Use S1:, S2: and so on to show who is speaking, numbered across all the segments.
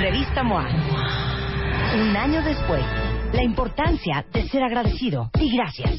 S1: Revista MOA. Un año después, la importancia de ser agradecido y gracias.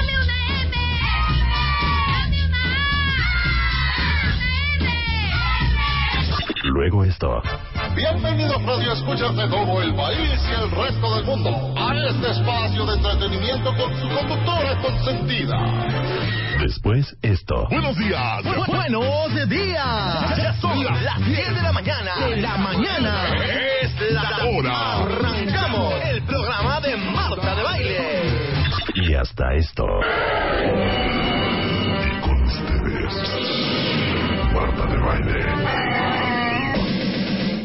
S2: una M! ¡Dame una A! ¡Dame
S3: Luego esto.
S4: Bienvenidos Radio Escuchas de todo el país y el resto del mundo a este espacio de entretenimiento con su conductora consentida.
S3: Después esto.
S4: Buenos días.
S5: Buenos días. Ya son las 10 de la mañana. De la mañana.
S4: Es la hora.
S5: Arrancamos el programa de Marta de Baile.
S3: Y hasta esto.
S4: Y con ustedes, Marta de Baile.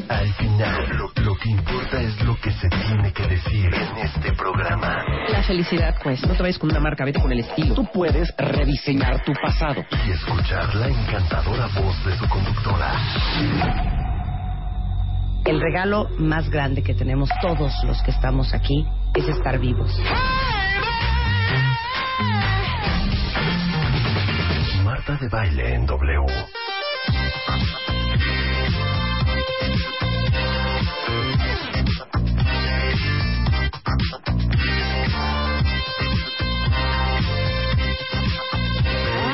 S3: Al final, lo, lo que importa es lo que se tiene que decir en este programa.
S6: La felicidad, pues, no te vayas con una marca, vete con el estilo. Tú puedes rediseñar tu pasado.
S3: Y escuchar la encantadora voz de su conductora.
S1: El regalo más grande que tenemos todos los que estamos aquí es estar vivos.
S3: Marta de Baile en W.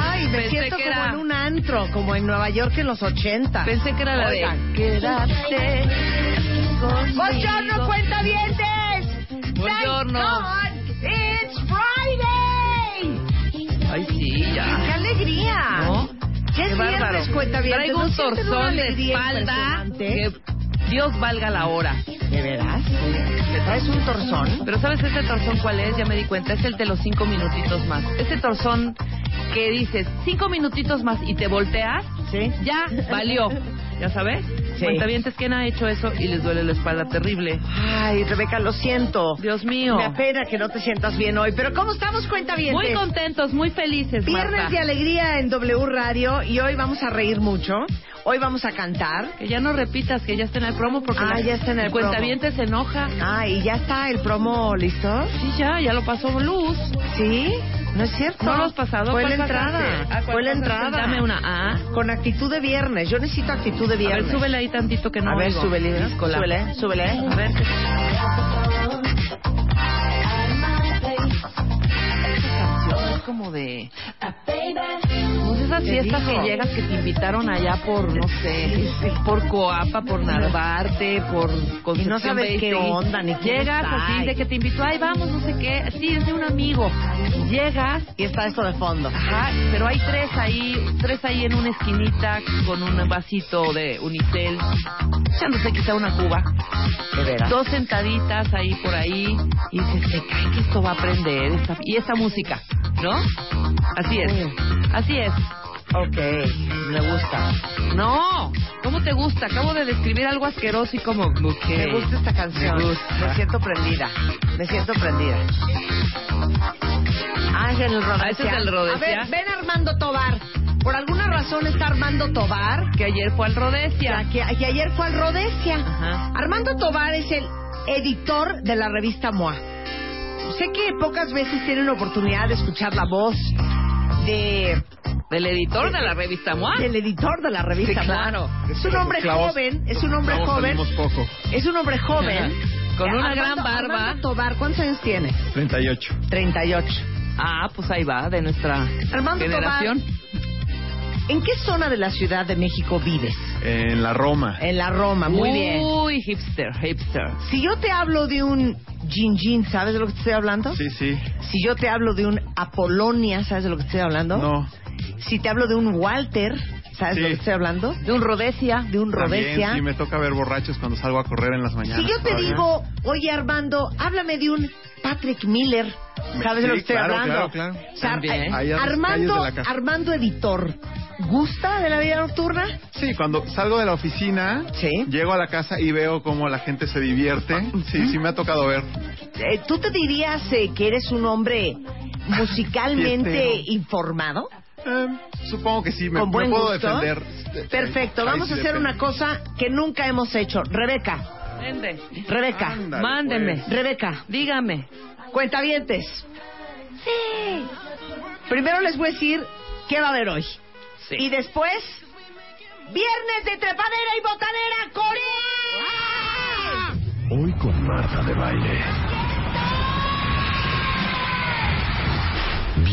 S1: Ay, me
S6: Pensé
S1: siento
S6: que
S1: como
S6: era-
S1: en un antro, como en Nueva York en los 80.
S6: Pensé que era la de...
S1: Oigan, quédate conmigo.
S2: ¡Buongiorno, cuentavientes!
S6: Buongiorno.
S2: Thank God, it's Friday!
S6: Ay, sí,
S1: ¡Qué
S6: ya.
S1: alegría!
S6: ¿No?
S1: Ya
S6: Qué
S1: es viernes,
S6: bárbaro.
S1: cuentavientes.
S6: Traigo
S1: ¿No
S6: un
S1: sienten una
S6: torzón de
S1: alegría
S6: espalda que
S1: impresionante?
S6: Dios valga la hora.
S1: ¿De veras? ¿Te traes un torzón?
S6: Pero ¿sabes este torzón cuál es? Ya me di cuenta, es el de los cinco minutitos más. Este torzón que dices cinco minutitos más y te volteas,
S1: Sí.
S6: ya valió. ¿Ya sabes?
S1: Sí.
S6: Cuentavientes, ¿quién ha hecho eso y les duele la espalda terrible?
S1: Ay, Rebeca, lo siento.
S6: Dios mío.
S1: Me apena que no te sientas bien hoy, pero ¿cómo estamos, cuentavientes?
S6: Muy contentos, muy felices.
S1: Viernes
S6: Marta.
S1: de alegría en W Radio y hoy vamos a reír mucho. Hoy vamos a cantar.
S6: Que ya no repitas que ya está en el promo porque
S1: Ah,
S6: la-
S1: ya está en el promo.
S6: cuentaviente se enoja.
S1: Ah, y ya está el promo listo.
S6: Sí, ya, ya lo pasó Luz.
S1: Sí, no es cierto.
S6: No lo has pasado.
S1: Fue la
S6: ¿Cuál pasaste?
S1: entrada.
S6: Ah, ¿cuál
S1: Fue la
S6: pasaste?
S1: entrada.
S6: Dame una A.
S1: Con actitud de viernes. Yo necesito actitud de
S6: A
S1: viernes.
S6: ver, súbele ahí tantito que no
S1: A ver,
S6: oigo.
S1: súbele.
S6: Discolab.
S1: Súbele, súbele.
S6: ¿eh? A ver, que- es como de... Pues esas
S1: Te
S6: fiestas
S1: digo.
S6: que llegas que te invitaron allá por, no sé, por Coapa, por Narvarte, por Concepción
S1: sabes
S6: Bay,
S1: qué
S6: sí.
S1: onda, ni quién
S6: Llegas
S1: está,
S6: así
S1: y-
S6: de que te invitó, ay, vamos, no sé qué. Sí, es de un amigo. Llegas
S1: Y está esto de fondo.
S6: Ajá, pero hay tres ahí, tres ahí en una esquinita con un vasito de unicel, echándose quizá una cuba,
S1: De veras.
S6: dos sentaditas ahí por ahí, y dices, se cae que esto va a aprender, esta, y esta música, ¿no? Así es, así es.
S1: Ok, me gusta.
S6: No, ¿cómo te gusta? Acabo de describir algo asqueroso y como... ok.
S1: Me gusta esta canción.
S6: Me gusta.
S1: siento prendida. Me siento prendida. Ángel Rodesia.
S6: Ah, ese es el Rodesia.
S1: A ver, ven Armando Tobar. Por alguna razón está Armando Tobar.
S6: Que ayer fue al Rodesia.
S1: Ya, Que, que ayer fue al Rodesia.
S6: Ajá.
S1: Armando Tobar es el editor de la revista MOA. Sé que pocas veces tienen oportunidad de escuchar la voz de
S6: Del editor de la revista MOA.
S1: del editor de la revista
S6: Ah. Sí, claro.
S1: MOA. Es un hombre
S7: Clavos-
S1: joven, es un hombre joven,
S7: poco.
S1: es un hombre joven.
S6: Con una gran barba.
S1: Armando Tobar, ¿cuántos años tiene?
S7: 38.
S1: 38.
S6: Ah, pues ahí va, de nuestra
S1: Armando
S6: generación.
S1: Tobar ¿En qué zona de la Ciudad de México vives?
S4: En la Roma.
S1: En la Roma, muy
S6: Uh.
S1: bien.
S6: Uy, hipster, hipster.
S1: Si yo te hablo de un Gin Gin, ¿sabes de lo que te estoy hablando?
S4: Sí, sí.
S1: Si yo te hablo de un Apolonia, ¿sabes de lo que te estoy hablando?
S4: No.
S1: Si te hablo de un Walter, ¿sabes de
S4: Sí.
S1: lo que estoy hablando? De un Rodesia. De un Rodesia.
S4: También, sí, me Ah, toca ver borrachos cuando salgo a correr en las mañanas.
S1: Si yo te
S4: todavía.
S1: digo, oye Armando, háblame de un Patrick Miller, ¿sabes de
S4: Sí,
S1: lo que estoy
S4: claro,
S1: hablando?
S4: claro, claro.
S1: O sea,
S6: También.
S1: eh,
S4: Ahí a las
S1: Armando,
S4: calles de la ca-
S1: Armando Editor, ¿gusta de la vida nocturna?
S4: Sí, cuando salgo de la oficina,
S1: Sí.
S4: llego a la casa y veo cómo la gente se divierte. Sí, sí me ha tocado ver.
S1: Eh, ¿Tú te dirías eh, que eres un hombre musicalmente
S4: Fiestero.
S1: informado?
S4: Eh, supongo que sí, me,
S1: con
S4: me
S1: buen
S4: puedo
S1: gusto.
S4: defender.
S1: Perfecto,
S4: Ahí
S1: vamos
S4: sí
S1: a hacer
S4: depende.
S1: una cosa que nunca hemos hecho. Rebeca,
S6: Vende.
S1: Rebeca,
S4: Ándale,
S6: Mándeme.
S4: pues.
S1: Rebeca,
S6: Dígame.
S1: cuentavientes. Sí. Primero les voy a decir qué va a haber hoy. Y después, Viernes de Trepadera y Botanera Corea.
S3: Hoy con Marta de Baile.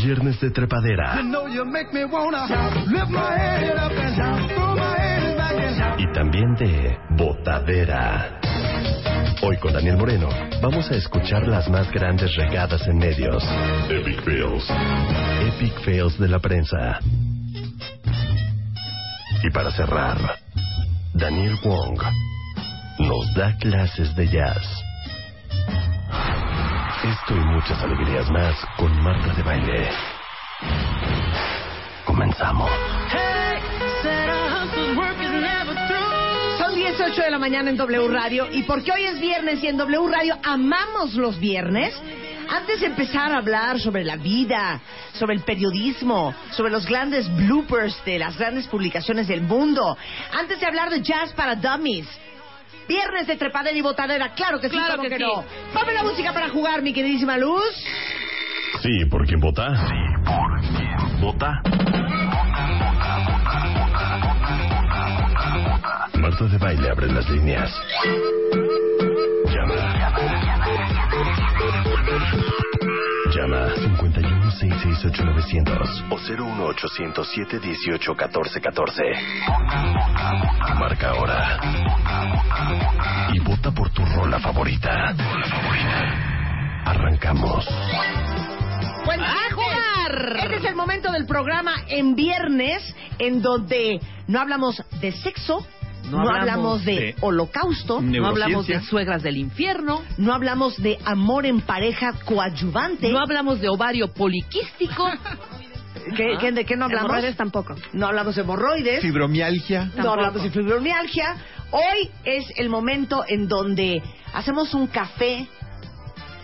S3: Viernes de Trepadera. Y también de Botadera. Hoy con Daniel Moreno vamos a escuchar las más grandes regadas en medios. Epic Fails. Epic Fails de la prensa. Y para cerrar, Daniel Wong nos da clases de jazz. Esto y muchas alegrías más con Marta de Baile. Comenzamos.
S1: Son 18 de la mañana en W Radio y porque hoy es viernes y en W Radio amamos los viernes, antes de empezar a hablar sobre la vida, sobre el periodismo, sobre los grandes bloopers de las grandes publicaciones del mundo, antes de hablar de jazz para dummies, viernes de trepadera y botadera, claro que sí,
S6: Claro
S1: ¿cómo
S6: que
S1: que
S6: sí.
S1: no. Ponme la música para jugar, mi queridísima Luz.
S3: Sí, ¿por quién vota? Sí, ¿por quién vota? Marta de baile abre las líneas. Llama. Llama 51 668 900 o 01 807 18 14 14. Marca ahora. Y vota por tu rola favorita. Rola favorita. Arrancamos.
S6: Ah,
S1: Cuentavientes, Este es el momento del programa en viernes en donde no hablamos de sexo, no,
S6: No
S1: hablamos,
S6: hablamos
S1: de,
S4: de
S1: holocausto,
S6: No hablamos
S4: Neurociencia.
S6: de suegras del infierno.
S1: no hablamos de amor en pareja coadyuvante.
S6: No hablamos de ovario poliquístico. Ah,
S1: ¿Qué- qué- ¿De qué no hablamos?
S8: Hemorroides tampoco.
S1: No hablamos de hemorroides.
S4: Fibromialgia.
S1: No hablamos de fibromialgia. Hoy es el momento en donde hacemos un café,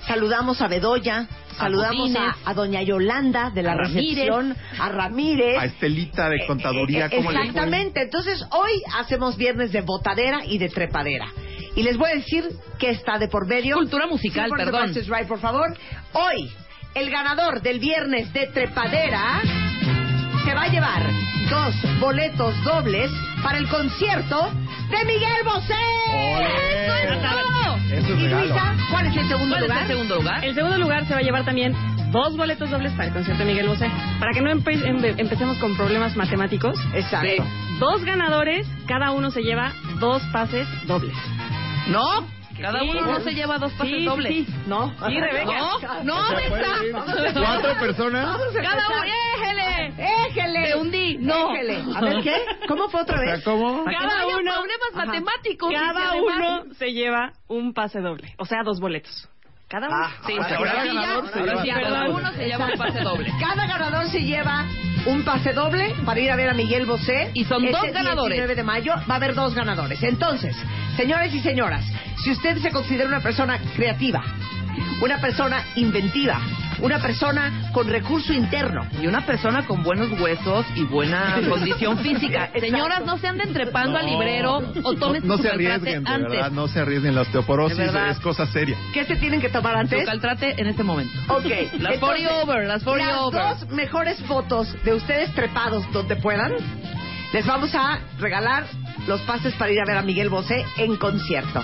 S1: saludamos a Bedoya, saludamos
S6: Godínez.
S1: a, a Doña Yolanda de la
S6: A Ramírez.
S1: recepción, a Ramírez.
S4: A este Estelita de contaduría.
S1: Eh, eh,
S4: ¿cómo le fue?
S1: Exactamente. Entonces, hoy hacemos viernes de botadera y de trepadera. Y les voy a decir que está de por medio.
S6: Cultura musical,
S1: Sí, por the
S6: perdón.
S1: price is right, por favor. Hoy, el ganador del viernes de trepadera se va a llevar dos boletos dobles para el concierto de Miguel Bosé.
S4: ¡Ole!
S1: ¡Eso es todo!
S4: Eso es
S1: y
S4: regalo.
S1: Luisa, ¿cuál es el segundo
S6: ¿Cuál es
S1: lugar?
S6: el segundo lugar?
S8: El segundo lugar se va a llevar también dos boletos dobles para el concierto de Miguel Bosé. Para que no empe- empe- empecemos con problemas matemáticos,
S1: Exacto.
S8: dos ganadores, cada uno se lleva dos pases dobles.
S6: No. Cada
S8: Sí,
S6: uno no se lleva dos pases
S8: sí, sí,
S6: dobles.
S8: sí. No.
S6: Sí, Rebeca.
S1: No,
S6: No,
S1: no,
S6: está.
S4: ¿Cuatro personas?
S6: Cada uno. ¡Éjele!
S1: Éjele.
S6: Te hundí. No.
S1: Éjele. A ver, ¿qué? ¿Cómo fue otra
S4: O sea,
S1: vez?
S4: ¿cómo?
S6: Para que
S8: Cada
S6: no haya
S8: uno.
S6: problemas
S8: Ajá.
S6: matemáticos.
S8: Cada
S6: dice además.
S8: uno se lleva un pase doble, o sea, dos boletos. Cada uno.
S1: Ah,
S6: Sí,
S4: O sea,
S6: ahora
S4: cada
S6: sí ya,
S4: ganador se
S6: ahora
S4: lleva
S6: sí,
S4: dos
S6: cada
S4: boletos.
S6: uno se lleva un pase doble.
S1: Cada ganador se lleva un pase doble para ir a ver a Miguel Bosé.
S6: Y son dos
S1: Este
S6: ganadores.
S1: 19 de mayo va a haber dos ganadores. Entonces, señores y señoras, si usted se considera una persona creativa, una persona inventiva, una persona con recurso interno,
S6: Y una persona con buenos huesos y buena condición física. Señoras, no se anden trepando al librero o tomen
S4: no, no
S6: su
S4: se
S6: caltrate
S4: arriesguen, de
S6: antes.
S4: verdad, no se arriesguen. La osteoporosis
S6: De verdad.
S4: es cosa seria.
S1: ¿qué se tienen que tomar
S6: Su
S1: antes?
S6: caltrate en este momento.
S1: Ok.
S6: Las 40 over, las 40
S1: las
S6: over.
S1: dos mejores fotos de ustedes trepados donde puedan, les vamos a regalar los pases para ir a ver a Miguel Bosé en concierto.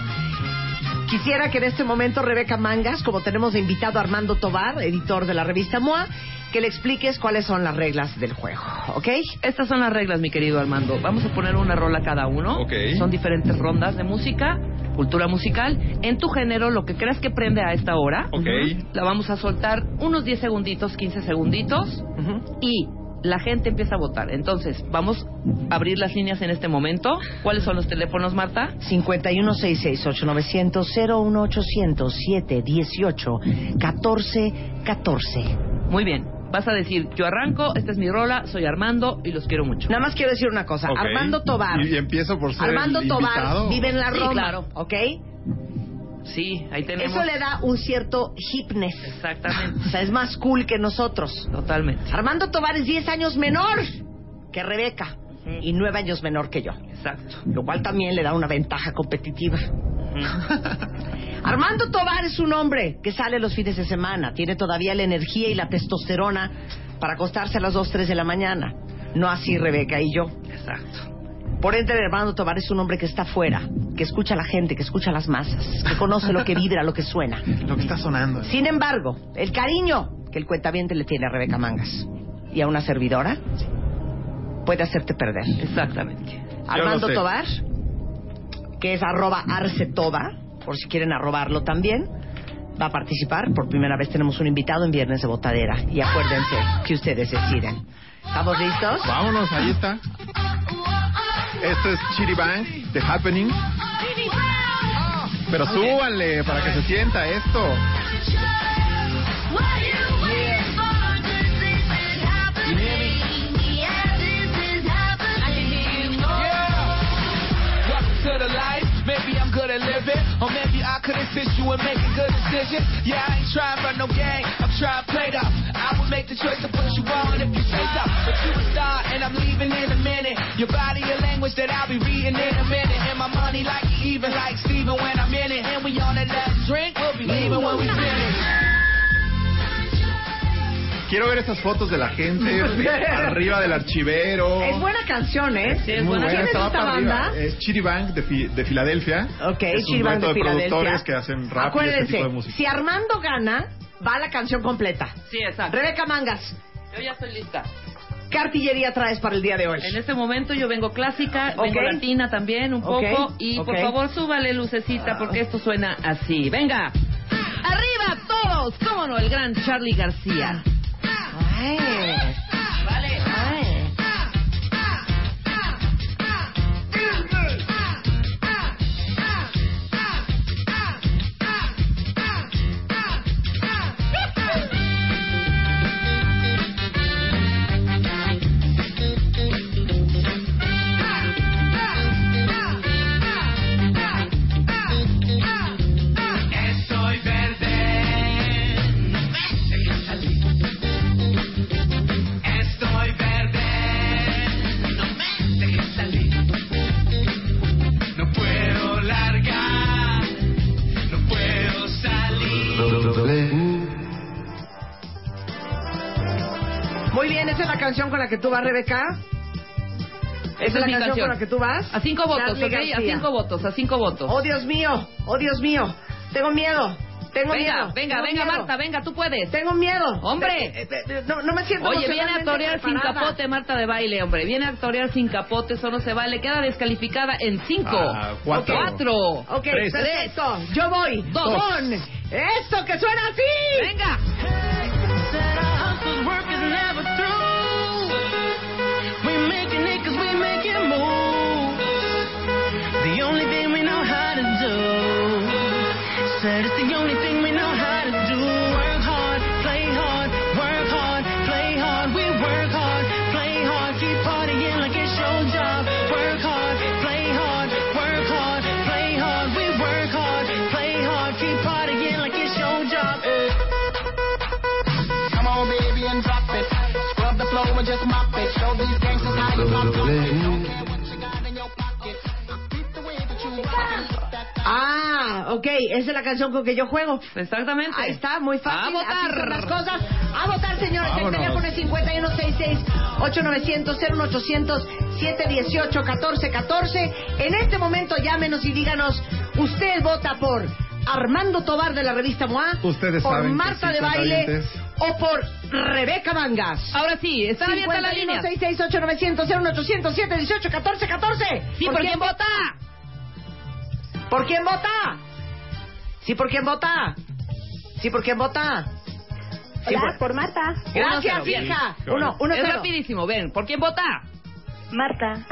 S1: Quisiera que en este momento Rebeca Mangas, como tenemos de invitado a Armando Tobar, editor de la revista MOA, que le expliques cuáles son las reglas del juego, ¿ok?
S6: Estas son las reglas, mi querido Armando. Vamos a poner una rola cada uno.
S4: Ok.
S6: Son diferentes rondas de música, cultura musical. En tu género, lo que creas que prende a esta hora,
S4: Ok.
S6: la vamos a soltar unos 10 segunditos, 15 segunditos. Y la gente empieza a votar. Entonces, vamos a abrir las líneas en este momento. ¿Cuáles son los teléfonos, Marta?
S1: 51-668-900-01800-718-1414.
S6: Muy bien. Vas a decir, yo arranco, esta es mi rola, soy Armando y los quiero mucho.
S1: Nada más quiero decir una cosa.
S4: Ok.
S1: Armando Tobar.
S4: Y, y empiezo por ser
S1: Armando
S4: el
S1: Tobar
S4: invitado.
S1: vive en la
S6: Sí,
S1: Roma,
S6: claro.
S1: ¿ok?
S6: Sí, ahí tenemos.
S1: Eso le da un cierto hipness.
S6: Exactamente.
S1: O sea, es más cool que nosotros.
S6: Totalmente.
S1: Armando Tobar es 10 años menor que Rebeca y 9 años menor que yo,
S6: Exacto.
S1: lo cual también le da una ventaja competitiva. Armando Tobar es un hombre que sale los fines de semana, tiene todavía la energía y la testosterona para acostarse a las 2, 3 de la mañana. No así Rebeca y yo.
S6: Exacto.
S1: Por ende, Armando Tobar es un hombre que está afuera, que escucha a la gente, que escucha a las masas, que conoce lo que vibra, lo que suena.
S9: Lo que está sonando.
S1: Sin embargo, el cariño que el cuentaviente le tiene a Rebeca Mangas y a una servidora puede hacerte perder.
S6: Exactamente.
S1: Armando
S4: sé.
S1: Tobar, que es arroba arcetoba, por si quieren arrobarlo también, va a participar. Por primera vez tenemos un invitado en Viernes de Botadera. Y acuérdense que ustedes deciden. ¿Estamos listos?
S4: Vámonos, ahí está. Esto es Chiribang, The Happening. Pero súbanle para que se sienta esto.
S5: Welcome to the life. Maybe I'm good at living, or maybe I could assist you in making good decisions. Yeah, I ain't trying to run no game. I'm trying to play tough. I would make the choice to put you on if you say so. But you a star, and I'm leaving in a minute. Your body a language that I'll be reading in a minute. And my money like you even like Steven when I'm in it. And we on that last drink, we'll be leaving when we finish.
S4: Quiero ver esas fotos de la gente arriba del archivero.
S1: Pues Es buena canción, ¿eh?
S6: Sí, es
S4: Muy
S6: buena.
S4: buena,
S1: ¿Quién es
S4: estaba
S1: esta
S4: para arriba.
S1: banda?
S4: Es Chiribank de, Fi- de Filadelfia.
S1: Ok,
S4: es un
S1: Chirvan
S4: dueto
S1: de
S4: de productores
S1: Filadelfia.
S4: que hacen rap y este
S1: Acuérdense,
S4: tipo de música.
S1: si Armando gana, va la canción completa.
S6: Sí, exacto.
S1: Rebeca Mangas,
S6: Yo ya estoy lista.
S1: ¿qué artillería traes para el día de hoy?
S6: En este momento yo vengo clásica, vengo
S1: Ok.
S6: latina también un
S1: Ok,
S6: poco. Y por
S1: ok.
S6: favor, súbale lucecita porque esto suena así. ¡Venga! ¡Arriba todos! ¡Cómo no! El gran Charlie García.
S1: Ay,
S6: Vale.
S1: ay.
S5: Estoy verde, deja salir. Estoy verde, no me dejes salir. No puedo largar, no puedo salir.
S1: Muy bien, ¿esa es la canción con la que tú vas, Rebeca? ¿Esa es
S6: Esa
S1: la
S6: es mi
S1: canción,
S6: canción.
S1: con la que tú vas?
S6: A cinco votos,
S1: Charly
S6: ¿ok? A
S1: García.
S6: cinco votos, a cinco votos.
S1: Oh, Dios mío, oh, Dios mío. Tengo miedo, tengo
S6: venga,
S1: miedo.
S6: venga,
S1: tengo
S6: venga,
S1: miedo.
S6: Marta, venga, tú puedes.
S1: Tengo miedo.
S6: Hombre.
S1: Eh, eh, eh, No, no me siento
S6: Oye, viene a
S1: emocionalmente
S6: torear sin
S1: preparada.
S6: capote Marta de baile, hombre. Viene a torear sin capote, eso no se vale. Queda descalificada en cinco.
S4: Ah, cuatro.
S6: Cuatro.
S1: Ok,
S4: Tres.
S1: perfecto. Yo voy
S6: Dos.
S1: con esto que suena así.
S6: Venga.
S5: Come on, baby, and drop it. Scrub the floor and just mop it. Show these gangsters how you pop it. Don't care what you got in your pocket. I peep the way that you rock it. Put that
S1: Ah, ok, esa es la canción con que yo juego.
S6: Exactamente.
S1: Ahí Ah, está, muy fácil.
S6: A
S1: Así son las
S6: votar.
S1: cosas. A votar, señores.
S4: Vámonos.
S1: El teléfono es 5166-8900-0800-718-1414. En este momento llámenos y díganos, usted vota por Armando Tobar de la revista MOA,
S4: Ustedes
S1: por
S4: saben que
S1: Marta de Baile
S4: cuentavientes-
S1: o por Rebeca Mangas.
S6: Ahora sí, están abiertas las líneas.
S1: 807 18 14 14
S6: Sí, ¿por quién
S1: vota? ¿Por quién vota? Sí, ¿por quién vota? Sí, ¿por quién vota? Sí, por-
S10: Marta.
S1: Gracias, hija. Uno, uno,
S6: Es
S1: cero.
S6: rapidísimo, ven. ¿Por quién vota?
S10: Marta.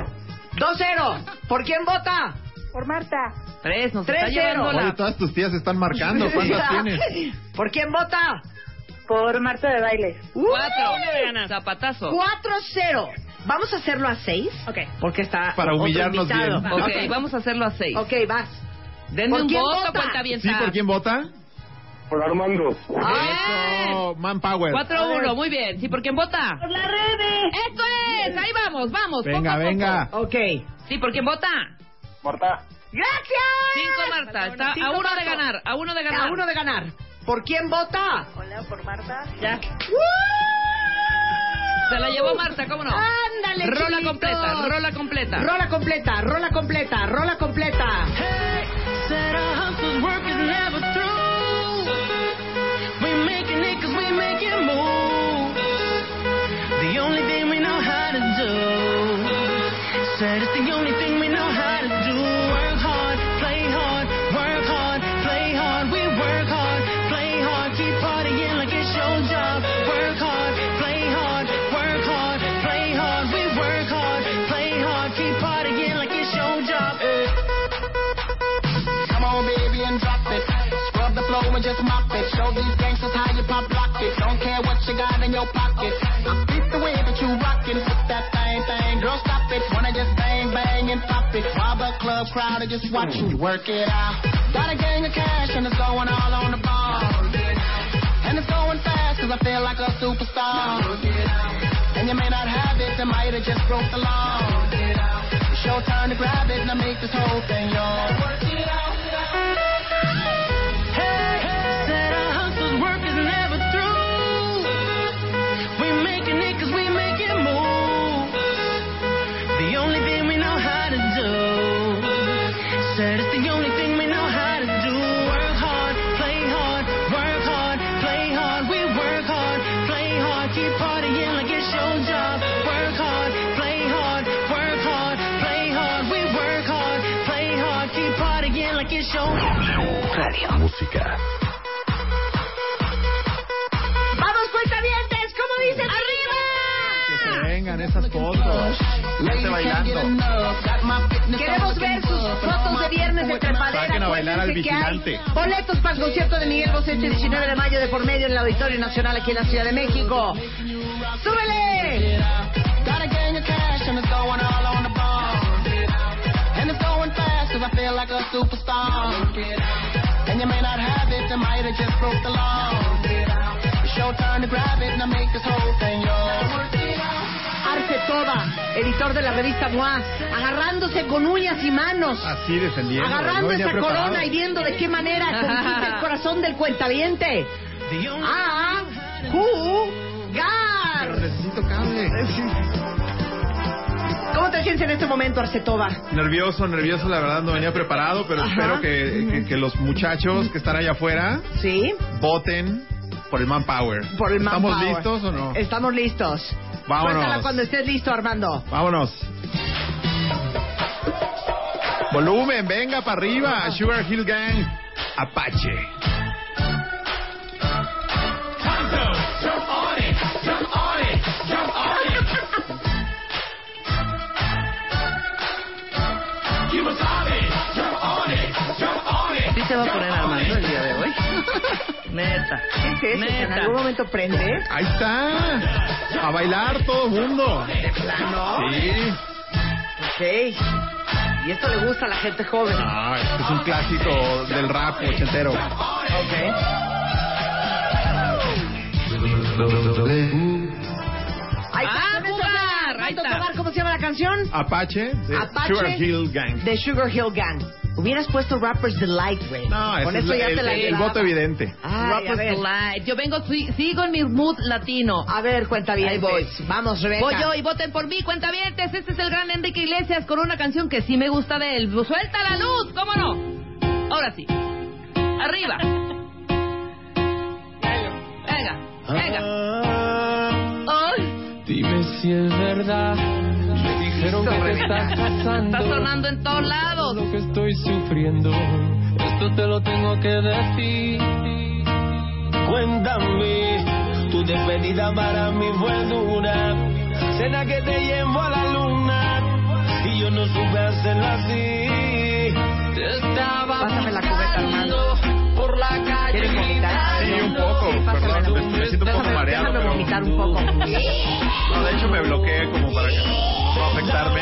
S1: 2-0. ¿Por quién vota?
S10: Por Marta.
S6: Tres, nos
S1: Tres,
S6: está
S1: cero.
S6: llevando la...
S4: Oye, todas tus tías están marcando. ¿Cuántas tienes?
S1: ¿Por quién vota? ¡Uh!
S10: Por Marta de Baile.
S6: Cuatro. Zapatazo.
S1: 4-0. Vamos a hacerlo a 6. Ok. Porque está.
S4: Para
S1: otro
S4: humillarnos
S1: invitado.
S4: bien.
S6: Ok,
S4: Ok.
S6: vamos a hacerlo a seis.
S1: Ok, vas.
S6: Denme
S1: ¿Por
S6: un
S1: quién
S6: voto,
S1: vota?
S6: cuenta bien.
S4: ¿Sí? ¿Por quién vota?
S11: Por Armando.
S4: Eso, Manpower.
S6: 4-1, muy bien. ¿Sí por quién vota?
S10: Por la red.
S6: ¡Esto es! ¡Ahí vamos, vamos!
S4: Venga,
S6: poco a
S4: venga.
S6: poco.
S1: Ok.
S6: ¿Sí por quién vota?
S11: Marta.
S1: ¡Gracias!
S6: Cinco Marta, está
S1: Cinco,
S6: a uno de
S1: Marta.
S6: ganar, a uno de ganar.
S1: A uno de ganar. ¿Por quién vota?
S10: Hola, por Marta.
S6: Ya. Se la llevó Marta, ¿cómo no?
S1: Ándale,
S6: Rola
S1: chilitos.
S6: completa, rola completa.
S1: Rola completa, rola completa, rola completa.
S2: Come on, baby, and drop it. Scrub the flow and just mop it. Show these gangsters how you pop lock it. Don't care what you got in your pocket. I beat the way that you rockin' with that thing thing. Girl, stop it. Wanna just bang bang and pop it. While the club crowd are just watch you work it out. Got a gang of cash and it's going all on the ball. And it's going fast cause I feel like a superstar. And you may not have it, I might have just broke the law. It's your time to grab it and I make this whole thing yours.
S3: Música.
S1: ¡Vamos, cuentavientes! ¿Cómo dicen?
S4: Que se
S1: ¡Arriba!
S4: vengan esas fotos. Gente bailando.
S1: Queremos ver sus fotos de viernes de trepadera.
S4: Saquen a bailar al
S1: Acuérdense que hay
S4: vigilante.
S1: Boletos para el concierto de Miguel Bosé este 19 de mayo de por medio en el Auditorio Nacional aquí en la Ciudad de México. ¡Súbele!
S2: Got a gang of cash and it's going all on the ball. And it's going fast cause I feel like a superstar. And you may not have it, I might have just broke the law. It's your time to grab it and I make this whole thing yours.
S1: Arce Toda, editor de la revista Moa, agarrándose con uñas y manos.
S4: Así defendiendo.
S1: Agarrando
S4: ¿no? Ya
S1: esa
S4: preparado.
S1: corona y viendo de qué manera conquista el corazón del cuentaviente. Ah, A. Ju.
S4: Pero
S1: Gar.
S4: necesito cable.
S1: ¿Cómo te sientes en este momento, Arcetova?
S4: Nervioso, nervioso, la verdad no venía preparado, pero
S1: Ajá.
S4: espero que, que- que los muchachos que están allá afuera
S1: ¿Sí?
S4: voten por el Manpower.
S1: Por el
S4: ¿Estamos
S1: manpower.
S4: listos o no?
S1: Estamos listos.
S4: Vámonos.
S1: Suéltala cuando estés listo, Armando.
S4: Vámonos. Volumen, venga para arriba. Sugar Hill Gang, Apache.
S6: Sí se va a poner Armando el día de hoy. Neta.
S1: ¿Qué es eso? ¿En
S6: Neta.
S1: algún momento prende?
S4: Ahí está. A bailar todo el mundo.
S1: ¿De plano?
S4: Sí.
S1: Ok. Y esto le gusta a la gente joven.
S4: No, este es un clásico del rap ochentero.
S1: Ok. Ahí está.
S6: Ah,
S1: con eso
S6: jugar,
S1: habla
S6: ahí
S1: Armando
S6: está.
S1: Tobar, ¿Cómo se llama la canción?
S4: Apache, de
S1: Apache.
S4: Sugar Hill Gang.
S1: De Sugar Hill Gang. Hubieras puesto Rappers Delight, güey.
S4: No, ese
S1: Con
S4: es
S1: esto ya
S4: el,
S1: te la
S4: el
S1: llevaba. Ah,
S4: voto evidente.
S1: Ay, a
S6: Rappers
S1: ver.
S6: Delight. Yo vengo, si- sigo en mi mood latino.
S1: A ver, cuenta bien.
S6: Ahí voy.
S1: Vamos, Rebeca.
S6: Voy yo y voten por mí, cuenta abiertas. Este es el gran Enrique Iglesias con una canción que sí me gusta de él. ¡Suelta la luz! ¿Cómo no? Ahora sí. Arriba. Venga, venga. Ay,
S5: Dime si es verdad. Me dijeron que te estás casando.
S6: está sonando en todos lados.
S5: Lo que estoy sufriendo, esto te lo tengo que decir. Cuéntame, tu despedida para mí fue dura. Cena que te llevo a la luna y yo no supe hacerla así. Te estaba
S1: Pásame la cubeta, Armando.
S5: por la calle.
S1: ¿Quieres vomitar?
S4: Sí, un poco, perdón, me, me siento un poco mareado.
S1: Déjame
S4: pero-
S1: vomitar un poco.
S4: No, de hecho me bloqueé como para que no afectarme.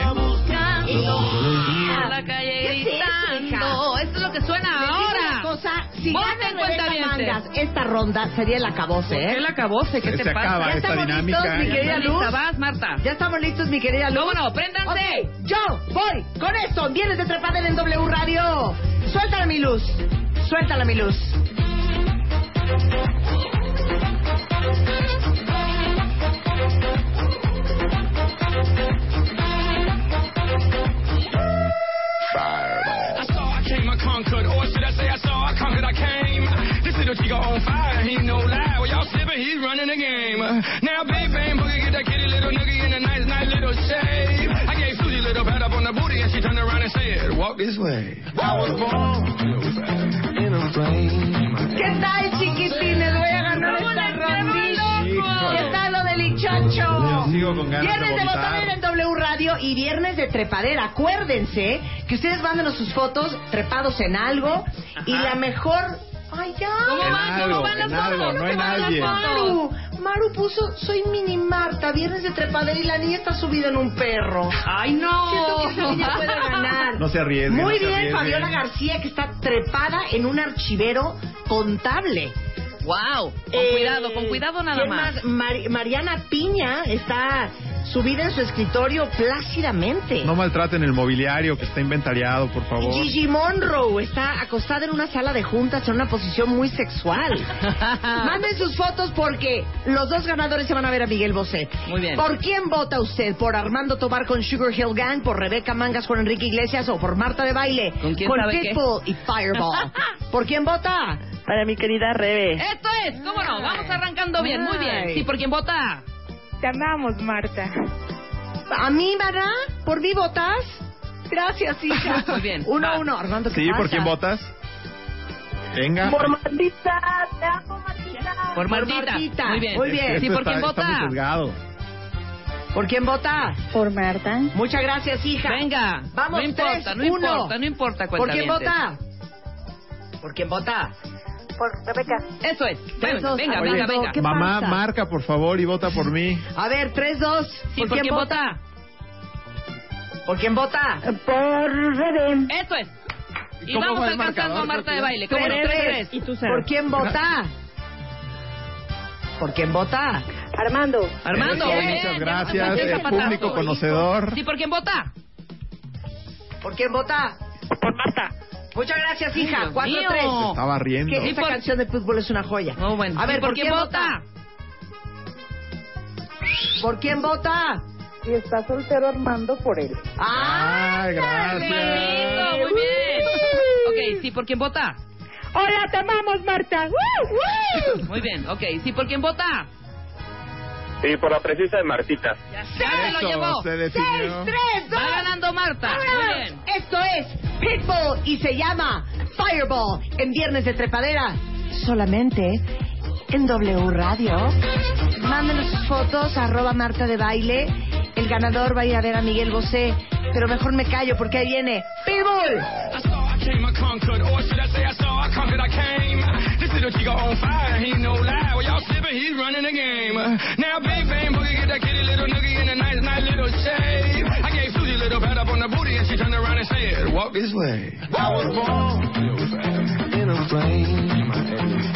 S1: Ah,
S6: A la calle
S2: ¿Qué es eso,
S6: gritando.
S2: hija?
S6: Esto es lo que
S2: Les
S6: suena
S2: digo una
S6: ahora.
S2: cosa,
S1: si
S6: Voten,
S1: gana Rebeca
S6: cuentavientes.
S1: Mangas esta ronda, sería el acabose, ¿eh?
S6: El acabose, ¿qué
S4: Se
S6: te pasa?
S4: acaba
S6: Ya
S4: esta
S6: estamos
S4: dinámica.
S6: listos, mi querida
S1: Ya.
S6: Luz. Vas, Marta.
S1: Ya estamos listos, mi querida Luz.
S6: Vámonos, préndanse.
S1: Ok, yo voy con esto. Vienes de trepadel en W Radio. Suéltala, mi luz. Suéltala, mi luz.
S5: I saw I came, I conquered. Or should I say I saw I conquered, I came. This little chico on fire, he no lie. Well, y'all slipping, he's running the game. Now, bang, bang, boogie, get that kitty little nigga in a nice, nice little shave. I gave Susie a little pat up on the booty, and she turned around and said, walk this way. I was born in a flame.
S1: ¿Qué tal, chiquitines? Voy a ganar esta rondita. ¿Qué tal lo del hinchacho?
S4: Sigo con ganas
S1: Viernes de
S4: de
S1: botanera en
S4: vomitar.
S1: W Radio y viernes de trepadera. Acuérdense que ustedes mándenos sus fotos trepados en algo y la mejor. ¡Ay, ya!
S6: ¿Cómo
S4: En
S6: van? ¿Cómo
S4: algo,
S6: van las
S4: en algo,
S6: fotos?
S4: no
S6: ¿Cómo
S4: en
S6: van las
S4: alguien.
S6: fotos?
S1: Maru, Maru puso, soy mini Marta, viernes de trepadera y la niña está subida en un perro.
S6: Ay, no.
S1: Siento que esa niña puede ganar.
S4: No se arriesguen.
S1: Muy
S4: no se
S1: bien,
S4: arriesguen.
S1: Fabiola García, que está trepada en un archivero contable.
S6: Wow. Con
S1: Eh,
S6: cuidado, con cuidado nada
S1: ¿quién
S6: más.
S1: Mar- Mariana Piña está subida en su escritorio plácidamente.
S4: No maltraten el mobiliario que está inventariado, por favor.
S1: Gigi Monroe está acostada en una sala de juntas en una posición muy sexual. Manden sus fotos porque los dos ganadores se van a ver a Miguel Bosé.
S6: Muy bien.
S1: ¿Por quién vota usted? ¿Por Armando Tobar con Sugar Hill Gang? ¿Por Rebeca Mangas con Enrique Iglesias? ¿O por Marta de Baile?
S6: ¿Con quién sabe qué?
S1: Pitbull y Fireball. ¿Por quién vota?
S12: Para mi querida Rebe.
S6: Esto es, cómo no, vamos arrancando bien, muy bien.
S1: Ay.
S6: Sí, por quien vota.
S12: Te amamos, Marta.
S1: ¿A mí, Mara? ¿Por mí votas? Gracias, hija.
S6: Muy bien,
S1: Uno a
S6: va.
S1: uno. Armando, ¿qué
S4: Sí,
S1: pasa?
S4: ¿por quién votas? Venga.
S12: Por Martita, te amo, Martita.
S6: Por Martita.
S1: Martita.
S6: Muy bien.
S1: Muy bien.
S4: Esto
S6: Sí, por
S4: está-
S6: quien
S4: está muy
S6: vota.
S4: sesgado.
S1: ¿Por quién vota?
S12: Por Marta.
S1: Muchas gracias, hija.
S6: Venga,
S1: Vamos,
S6: no importa,
S1: tres,
S6: no
S1: uno.
S6: importa, no importa
S1: ¿Por quién
S6: cuentavientes.
S1: vota? ¿Por quién vota?
S12: Por Rebeca.
S6: Eso es. Venga,
S1: Besos,
S6: venga,
S1: Armando.
S6: venga, venga.
S1: ¿Qué
S4: Mamá,
S1: pasa?
S4: marca, por favor, y vota por mí.
S1: A ver, tres, dos.
S6: Sí, por quien vota.
S1: ¿Por quién vota?
S6: Eh,
S12: Por Rebe.
S6: Eso es. Y
S4: ¿Cómo
S6: vamos
S4: va el
S6: alcanzando
S4: marcador?
S6: a Marta de baile. ¿Cómo
S1: Tres,
S6: no?
S13: Y
S6: Tres, tres.
S13: tú, Sara.
S1: ¿Por quién vota? ¿Por quién vota?
S12: Armando.
S6: Armando,
S4: Eso,
S6: muy bien,
S4: muchas
S6: ya
S4: gracias,
S6: empezaste
S4: el
S6: zapatazo.
S4: público conocedor.
S6: Sí, por quien vota.
S1: ¿Por quién vota?
S12: Por Marta.
S1: Muchas gracias,
S6: Ay,
S1: hija.
S6: Dios
S1: Cuatro,
S6: mío.
S1: tres.
S4: Estaba riendo.
S1: Que
S6: ¿Qué?
S1: esta
S6: por-
S1: canción de fútbol es una joya.
S6: Muy bueno.
S1: A ver,
S6: Sí, por quién vota.
S1: ¿Por quién vota?
S12: Si está soltero, Armando, por él.
S1: ¡Ah,
S6: Ah,
S4: Ay, gracias.
S6: Listo, muy bien. Ok, sí, por quien vota.
S12: Hola, te amamos, Marta. ¡Woo! ¡Woo!
S6: Muy bien, ok, sí, por quien vota.
S14: Sí, por la precisa de Martita.
S6: Ya se lo
S4: Eso,
S6: llevó.
S4: se
S1: Seis,
S4: definió.
S1: tres, dos.
S6: Va ganando Marta. Muy bien.
S1: Vámonos. Esto es Pitbull y se llama Fireball en Viernes de Trepadera. Solamente en W Radio. Mándenos sus fotos, arroba Marta de Baile. El ganador va a ir a ver a Miguel Bosé. Pero mejor me callo porque ahí viene Pitbull.
S5: I saw I came, I conquered. Or should I say I saw I conquered, I came. This little chico on fire, he no lie. Well, y'all slipping, he's running the game. Now, bang, bang, boogie, get that kitty little noogie in a nice, nice little shave. I gave Susie a little pat up on the booty, and she turned around and said, walk this way. I was born in a flame.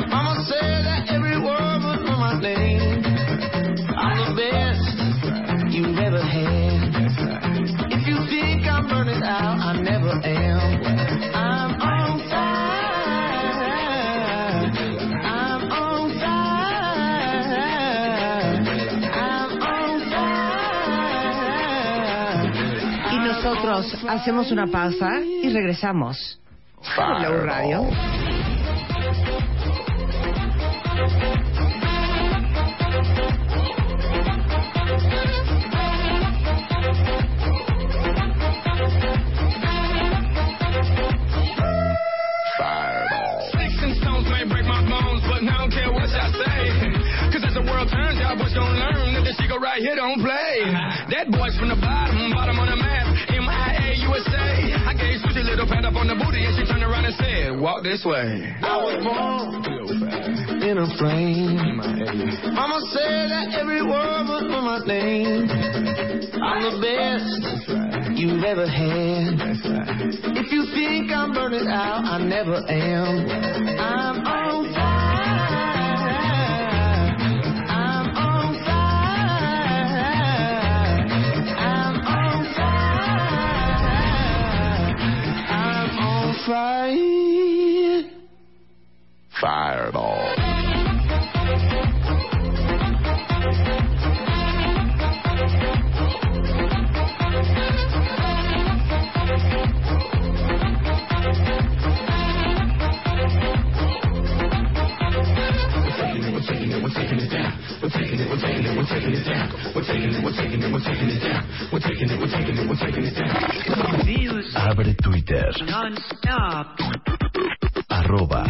S5: Mama said that every word was on my name. I'm the best you ever had. If you think I'm burning out, I never am. I'm on fire. I'm on fire. I'm on fire.
S1: Y nosotros hacemos una pausa y regresamos. W Radio.
S5: Sticks and stones may break my bones, but I don't care what y'all say. Cause as the world turns, y'all boys gon' learn that this eagle right here don't play. That boy's from the bottom, bottom on the map, MIA USA. I gave Susie a little pat up on the booty and she turned around and said, Walk this way. I was born in a frame. Mama said that every word was for my name. I'm the best you've ever had. If you think I'm burning out, I never am. I'm on fire. I'm on fire. I'm on fire. I'm on fire. Fireball.
S3: Abre Twitter. Arroba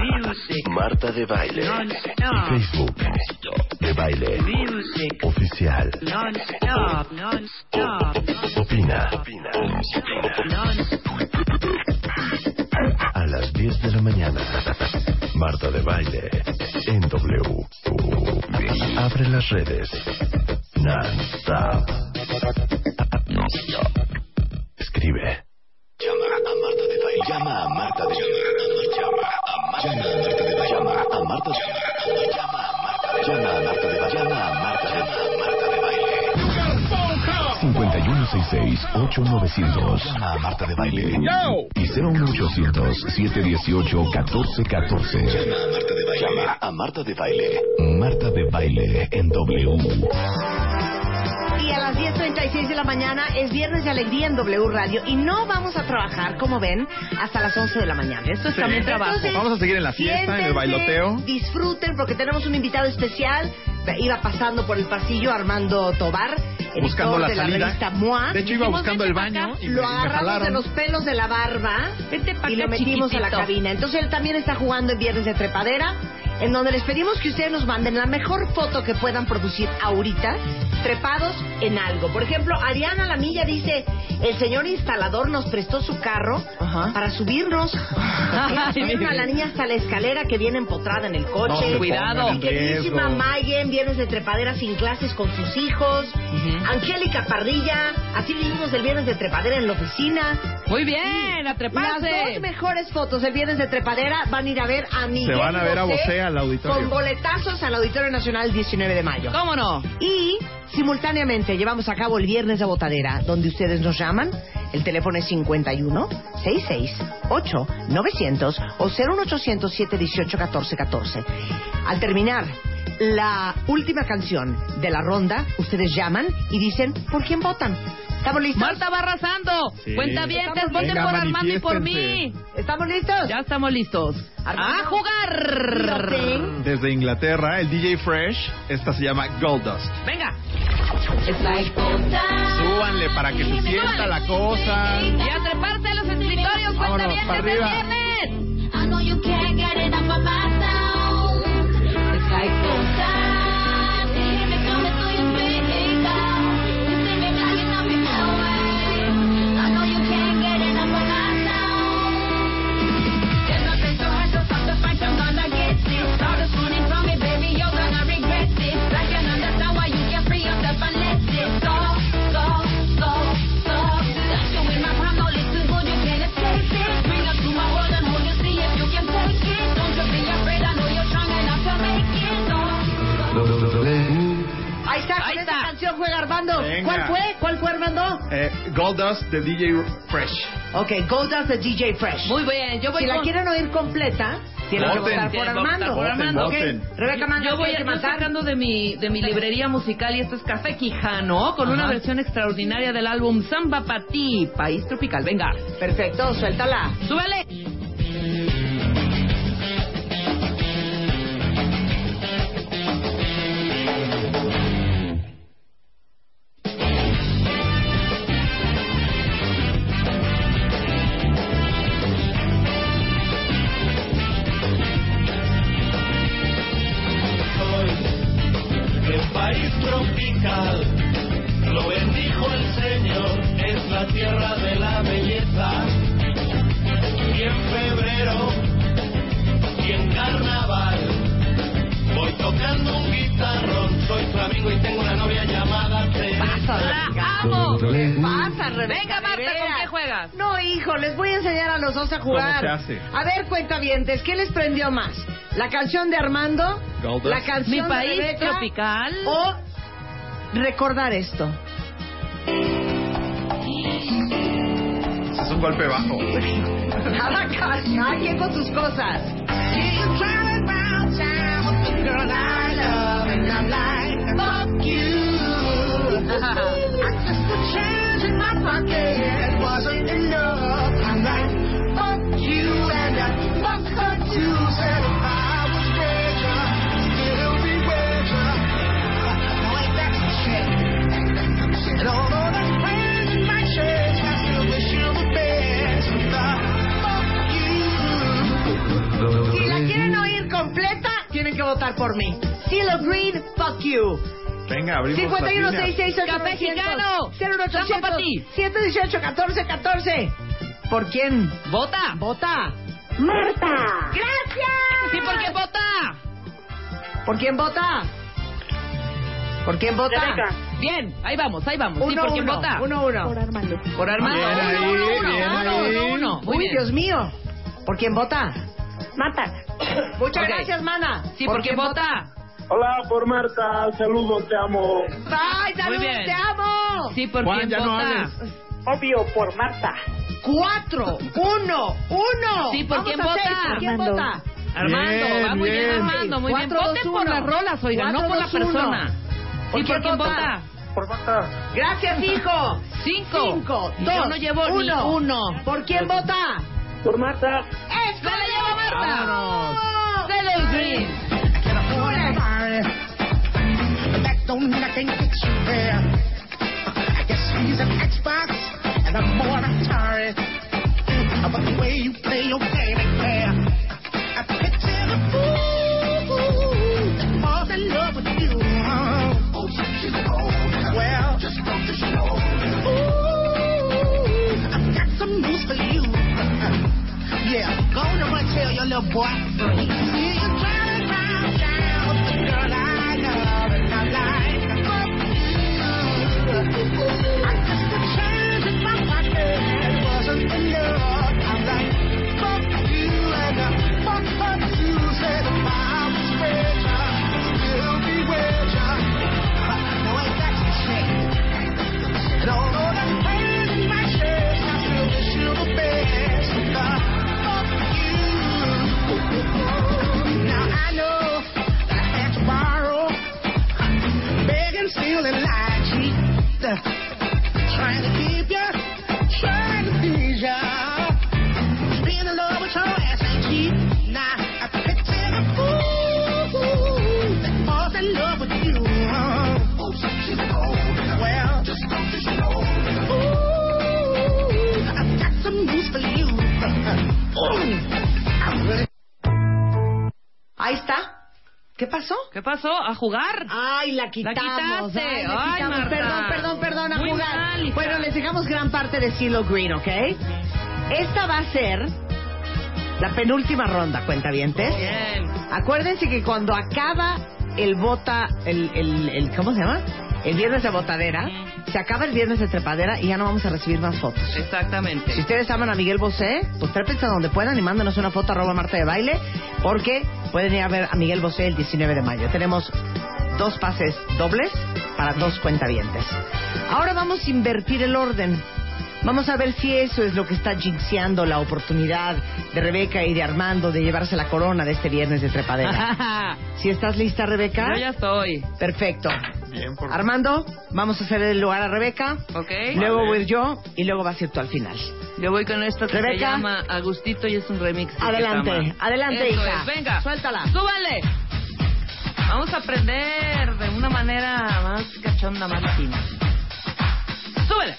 S3: Marta de Baile. Facebook de Baile. Oficial. Opina. A las 10 de la mañana. Marta de Baile. En W. Abre las redes. Non-stop. Escribe. Llama a Marta de Baile. Llama a Marta de Baile. Llama a Marta de Baile. Llama a Marta de Baile. Llama a Marta de Baile. Llama a Marta de Baile. Llama a Marta de Baile. Llama a Marta de Baile.
S15: Y 01800-718-1414.
S3: Llama a Marta de Baile. Marta de Baile en W.
S1: Y a las 10.36 de la mañana es Viernes de Alegría en W Radio. Y no vamos a trabajar, como ven, hasta las 11 de la mañana. Esto es
S4: Sí.
S1: también trabajo.
S4: Entonces, Vamos a seguir en la fiesta, en el
S1: siéntense,
S4: bailoteo.
S1: Disfruten porque tenemos un invitado especial. Iba pasando por el pasillo Armando Tobar, editor
S4: Buscando la
S1: de
S4: salida.
S1: la revista MOA.
S4: De hecho, iba
S1: Dijimos,
S4: buscando
S1: "Vente
S4: el
S1: pa'
S4: baño
S1: acá".
S4: y me-
S1: lo
S4: me
S1: agarramos de
S4: jalaron.
S1: los pelos de la barba y
S6: acá,
S1: lo metimos a la
S6: chiquitito.
S1: cabina. Entonces él también está jugando en Viernes de Trepadera, en donde les pedimos que ustedes nos manden la mejor foto que puedan producir ahorita, trepados en algo. Por ejemplo, Ariana Lamilla dice, el señor instalador nos prestó su carro para subirnos. Iba a subir a la niña hasta la escalera que viene empotrada en el
S6: No
S1: coche.
S6: se Cuidado. pongan en
S1: Queridísima
S6: riesgo.
S1: Mayen, Viernes de Trepadera sin clases con sus hijos. Angélica Parrilla, así le dimos el Viernes de Trepadera en la oficina.
S6: Muy bien, a treparse.
S1: Las dos mejores fotos del Viernes de Trepadera van a ir a ver a Miguel
S4: Se van a ver a
S1: Bosé
S4: Bosé al auditorio.
S1: Con boletazos al Auditorio Nacional el 19 de mayo.
S6: ¿Cómo no?
S1: Y simultáneamente llevamos a cabo el Viernes de Botadera, donde ustedes nos llaman. El teléfono es 51 668 900 o 01800 718 1414. Al terminar la última canción de la ronda, ustedes llaman y dicen por quién votan. ¿Estamos listos?
S6: Marta va arrasando.
S1: Sí.
S6: Cuenta bien,
S1: Estamos
S6: voten
S1: listos.
S6: por
S1: Venga,
S6: Armando y por mí.
S1: ¿Estamos listos?
S6: Ya estamos listos.
S1: Armando.
S6: ¡A jugar!
S4: Desde Inglaterra, el DJ Fresh. Esta se llama Gold Dust.
S6: Venga.
S4: Súbanle para que se sienta la cosa.
S6: Y a treparse a los escritorios, cuenta bien
S4: para
S6: desde el
S4: arriba.
S6: viernes.
S2: I know you can't get it up on my sound. It's like gold time. They hear me coming through your speaker. You see me blocking on me always. I know you can't get it up on my sound. Que no te sojas, so fuck the fight, I'm gonna get this. All this running from me, baby, you're gonna regret this. I can understand why you can't free yourself and let this go, go, go, go. Got you in my palm, no listen good, you can't escape this. Bring us to my world and hold you, see if you can take it. Don't you be afraid, I know you're strong enough to make it. Go.
S1: Ahí está, con esa canción juega Armando.
S4: Venga.
S1: ¿Cuál fue? ¿Cuál fue Armando?
S4: Eh, Gold Dust de DJ Fresh.
S1: Ok, Goldust de DJ Fresh.
S6: Muy bien, yo voy
S1: Si la
S6: con-
S1: quieren oír completa, tienen que
S6: Voten.
S1: votar por
S6: Tienen que
S1: Armando.
S6: votar por
S1: Ok,
S6: Armando.
S1: Rebeca Mangas,
S6: Yo voy
S1: ¿quieres
S6: yo estoy
S1: matar?
S6: sacando de mi, de mi librería musical y esto es Café Quijano con una
S1: Ajá.
S6: versión extraordinaria del álbum Samba Patí, País Tropical. Venga.
S1: Perfecto, suéltala.
S6: Súbele.
S16: tropical. Lo bendijo el Señor, es la tierra de la belleza. Y en febrero, y en carnaval, voy tocando un guitarrón. Soy flamingo y tengo una novia llamada Teresa.
S6: ¡Amo! Pásale, venga Marta, ¿con qué juegas?
S1: No, hijo, les voy a enseñar a los dos a jugar.
S4: ¿Cómo se hace?
S1: A ver, cuentavientes, ¿qué les prendió más? ¿La canción de Armando?
S4: Goldust.
S1: ¿La canción
S6: Mi
S1: de
S6: país
S1: Rebeca? Oh.
S6: tropical.
S1: ¿O recordar esto?
S4: Ese es un golpe bajo.
S1: Cada ca- cada quien con sus cosas. Si la quieren oír completa, tienen que votar por mí. Silo Green, fuck you.
S4: Venga, abrimos las líneas.
S1: 5166
S6: Café Chicano. Estamos pa' ti.
S1: 118 14 14 ¿Por quién?
S6: ¡Vota!
S1: Vota.
S12: Marta.
S6: ¡Gracias! ¿Y por qué vota?
S1: ¿Por quién vota? ¿Por quién vota?
S12: Rebeca.
S6: Bien, ahí vamos, ahí vamos. ¿Y
S1: Uno,
S6: por quién
S1: uno,
S6: vota?
S1: Uno, uno.
S12: Por Armando.
S6: Por Armando.
S4: Bien
S6: Uno,
S4: ahí,
S6: uno, uno,
S4: bien
S6: uno,
S4: ahí.
S6: uno, uno. Muy
S1: Uy,
S6: bien.
S1: Dios mío. ¿Por quién vota?
S12: Mata.
S1: Muchas
S6: Ok.
S1: gracias, mana.
S6: Sí, ¿por, qué vota?
S14: Hola, por Marta. Saludos, te amo.
S1: ¡Ay, saludos,
S6: bien.
S1: te amo!
S6: Sí, ¿por
S4: Juan,
S6: quién
S4: ya no
S6: vota?
S4: hables.
S12: Obvio, por Marta.
S1: Cuatro, uno, uno.
S6: Sí, ¿por
S1: Vamos
S6: quién
S1: a
S6: vota?
S1: seis, ¿Por quién
S12: Armando.
S1: vota?
S6: Armando,
S4: Bien,
S6: va muy bien,
S4: bien.
S6: Armando, muy bien.
S1: Cuatro,
S6: Voten
S1: dos,
S6: por
S1: uno.
S6: las rolas, oigan, no
S1: Cuatro,
S6: por la
S1: dos, uno.
S6: persona.
S1: ¿Por
S6: ¿Y por
S1: quién
S6: quién
S1: vota?
S6: vota?
S14: Por Marta.
S1: Gracias, hijo.
S6: Cinco.
S1: Cinco,
S6: Y
S1: dos,
S6: Yo no llevo
S1: uno.
S6: ni uno.
S1: ¿Por quién vota?
S14: Por Marta.
S6: ¡Se la llevo Marta!
S4: Vámonos.
S6: ¡Se los green!
S1: Ahí está. ¿Qué pasó?
S6: ¿Qué pasó? ¿A jugar?
S1: Ay, la quitamos.
S6: quitaste.
S1: Ay,
S6: Ay,
S1: la quitamos.
S6: Marta.
S1: Perdón, perdón, perdón, a
S6: Muy
S1: jugar.
S6: mal, hija.
S1: bueno, les dejamos gran parte de Silo Green, ¿ok? Esta va a ser la penúltima ronda,
S6: Oh,
S1: cuentavientes.
S6: Bien.
S1: Acuérdense que cuando acaba el bota, el, el, el- ¿cómo se llama? El viernes de botadera, se acaba el viernes de trepadera y ya no vamos a recibir más fotos.
S6: Exactamente.
S1: Si ustedes aman a Miguel Bosé, pues trépense a donde puedan y mándenos una foto arroba Marta de Baile, porque pueden ir a ver a Miguel Bosé el 19 de mayo. Tenemos dos pases dobles para dos cuentavientes. Ahora vamos a invertir el orden. Vamos a ver si eso es lo que está jinxeando la oportunidad de Rebeca y de Armando de llevarse la corona de este viernes de trepadera. si estás lista, Rebeca.
S6: Yo ya estoy.
S1: Perfecto.
S4: Bien, por
S1: Armando, vamos a hacer el lugar a Rebeca.
S6: ¿Ok?
S1: Luego voy yo y luego vas a ir tú al final.
S6: Yo voy con esto que se
S1: Rebeca.
S6: llama Agustito y es un remix. de
S1: Adelante,
S6: Ketama.
S1: adelante,
S6: Eso
S1: hija.
S6: es, venga.
S1: Suéltala.
S6: ¡Súbale! Vamos a aprender de una manera más cachonda, más latina. ¡Súbale!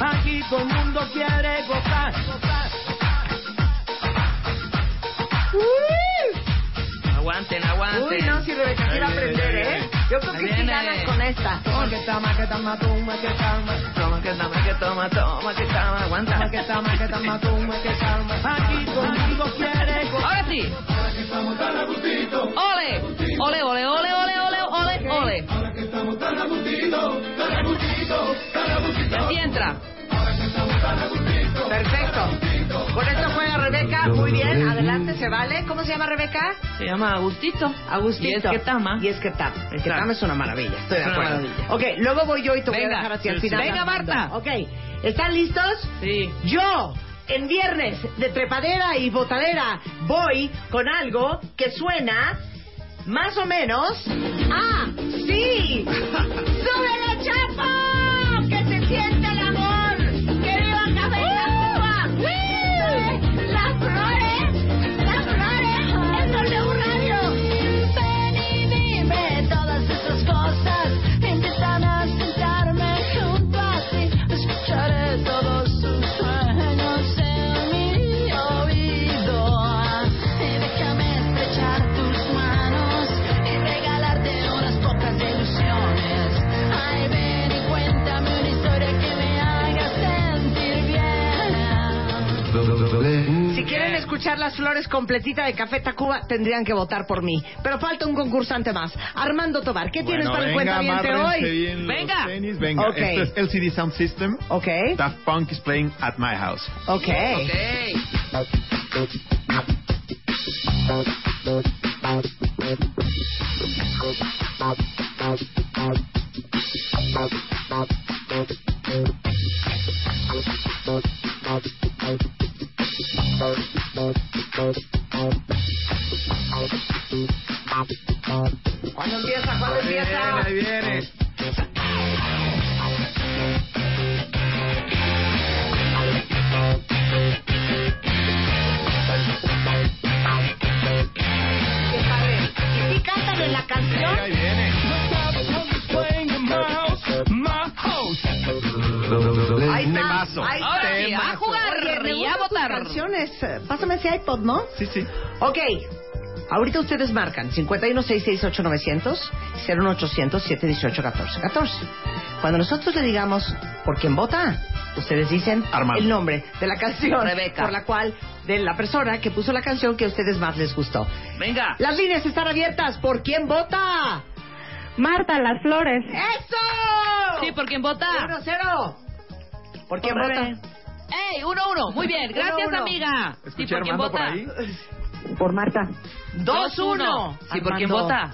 S5: Aquí todo el mundo quiere gozar.
S6: Aguanten, aguanten.
S1: Uy, no, si Rebeca quiere
S6: Ahí viene,
S1: aprender,
S6: ahí viene.
S1: ¿eh? Yo creo
S6: Ahí
S1: que sí
S6: viene.
S1: ganas con esta. Que toma, que toma, toma, que toma.
S6: Toma, que toma, que toma, toma, que toma, aguanta.
S1: Toma, que toma, que toma, toma, que toma. Aquí conmigo quieres.
S6: Ahora sí. Ole, ole, ole, ole, ole, ole, ole, ole. Así entra.
S1: Perfecto. Con esto juega Rebeca. Muy bien, adelante, se vale. ¿Cómo se llama Rebeca?
S6: Se llama Agustito.
S1: Agustito.
S6: Y es que tama.
S1: Y es que tama. El que tama es una maravilla. Estoy de
S6: Es una
S1: acuerdo.
S6: maravilla.
S1: Ok, luego voy yo y te voy a
S6: Venga.
S1: dejar hacia el
S6: Sí, sí.
S1: final.
S6: Venga,
S1: hablando.
S6: Marta.
S1: Ok, ¿están listos?
S6: Sí.
S1: Yo, en viernes de trepadera y botadera, voy con algo que suena más o menos a... ¡Sí!
S2: ¡Súbele, Chapo! ¡Que se sienta el amor! ¡Que viva Café Tacuba! ¡Las flores! ¡Las flores! ¡En W Radio! Ven y vive todas esas cosas Intentan a sentarme junto a ti Escucharé todos sus sueños en mi oído Y déjame estrechar tus manos Y regalarte unas pocas ilusiones Ay, ven y cuéntame una historia que me haga sentir bien
S1: Si quieren escuchar las flores completita de Café Tacuba, tendrían que votar por mí. Pero falta un concursante más. Armando Tobar, ¿qué tienes para el cuentaviente hoy?
S4: amárrense bien los tenis, venga,
S1: Ok.
S4: esto es LCD Sound System.
S1: Okay.
S4: Daft Punk is playing at my house.
S1: Ok. ¿Cuándo empieza? ¿Cuándo empieza?
S4: Ahí viene.
S1: Y cántale la canción. Ahí está. Ahí está.
S6: Ahora sí, a jugar
S1: Oye, me
S6: y a
S1: gustan tus
S6: votar.
S1: canciones. Eh, Pásame ese iPod, ¿no?
S4: Sí, sí.
S1: Ok. Ahorita ustedes marcan 51668900 0800 718 1414. Cuando nosotros le digamos por quién vota, ustedes dicen el nombre de la canción
S6: Rebeca.
S1: por la cual de la persona que puso la canción que a ustedes más les gustó.
S6: Venga.
S1: Las líneas están abiertas. ¿Por quién vota?
S12: Marta, las flores.
S1: ¡Eso!
S6: Sí, ¿por quién vota?
S1: 1-0. ¿Por quién
S6: Por
S1: vota?
S6: Rebe. ¡Ey, uno, uno! Muy bien, gracias,
S1: Uno, uno.
S6: amiga. Sí, ¿por quién vota?
S12: Por Marta.
S6: Dos, uno. Sí, ¿por quién
S12: Armando.
S6: vota?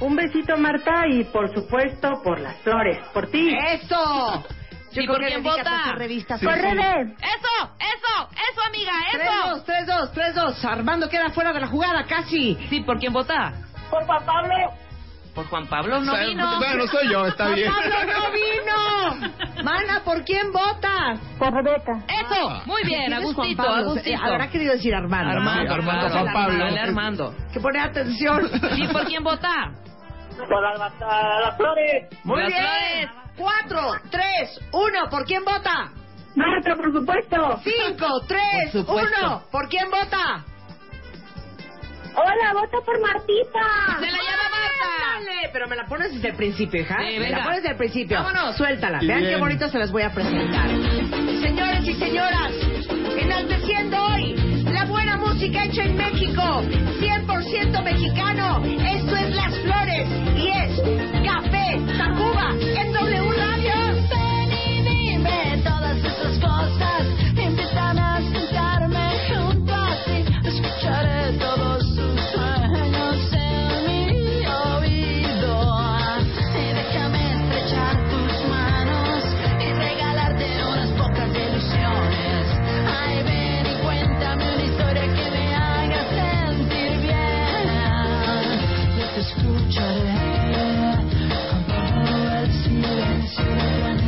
S12: Un besito, Marta, y por supuesto, por las flores. Por ti.
S1: ¡Eso!
S6: Sí, ¿por quién vota?
S1: Revistas.
S12: Sí, Por sí. Rebe.
S6: ¡Eso! ¡Eso! ¡Eso, amiga! ¡Eso!
S1: 3-2, 3-2, 3-2. Armando queda fuera de la jugada, casi.
S6: Sí, ¿por quién vota?
S12: Por Juan Pablo.
S6: Por Juan Pablo no
S4: O sea,
S6: vino.
S4: Bueno, soy yo, está bien.
S1: ¡Pablo no vino! Mana, ¿por quién votas?
S12: Por Rebeca.
S6: ¡Eso! Muy bien,
S1: ¿Quién es Juan
S6: Agustito,
S1: Pablo?
S6: Agustito.
S1: Eh, habrá querido decir Armando.
S6: Armando,
S1: Sí,
S6: Armando,
S1: claro,
S6: Juan Pablo. Dale, Armando.
S1: Que pone atención.
S6: ¿Y por quién vota?
S14: Por las, a las flores.
S1: Muy
S6: Las
S1: bien.
S6: flores.
S1: Cuatro, tres, uno. ¿Por quién vota?
S12: Marta, por supuesto.
S1: Cinco, tres,
S6: Por supuesto.
S1: uno. ¿Por quién vota?
S12: Hola, vota por Martita.
S6: ¡Se la llama Marta!
S1: Ándale, Pero me la pones desde el principio, hija.
S6: Sí,
S1: me la
S6: venga.
S1: pones desde el principio.
S6: Vámonos.
S1: Suéltala.
S4: Bien.
S1: Vean qué bonito se las voy a presentar. Señores y señoras, enalteciendo hoy la buena música hecha en México. 100% mexicano. Esto es Las Flores y es Café Tacuba en W Radio.
S2: Ven y dime todas esas cosas Empiezan a sentarme junto a ti Escucharé todos sus sueños en mi oído Y déjame estrechar tus manos Y regalarte unas pocas ilusiones Ay, ven y cuéntame una historia que me haga sentir bien Yo te escucharé todo el silencio este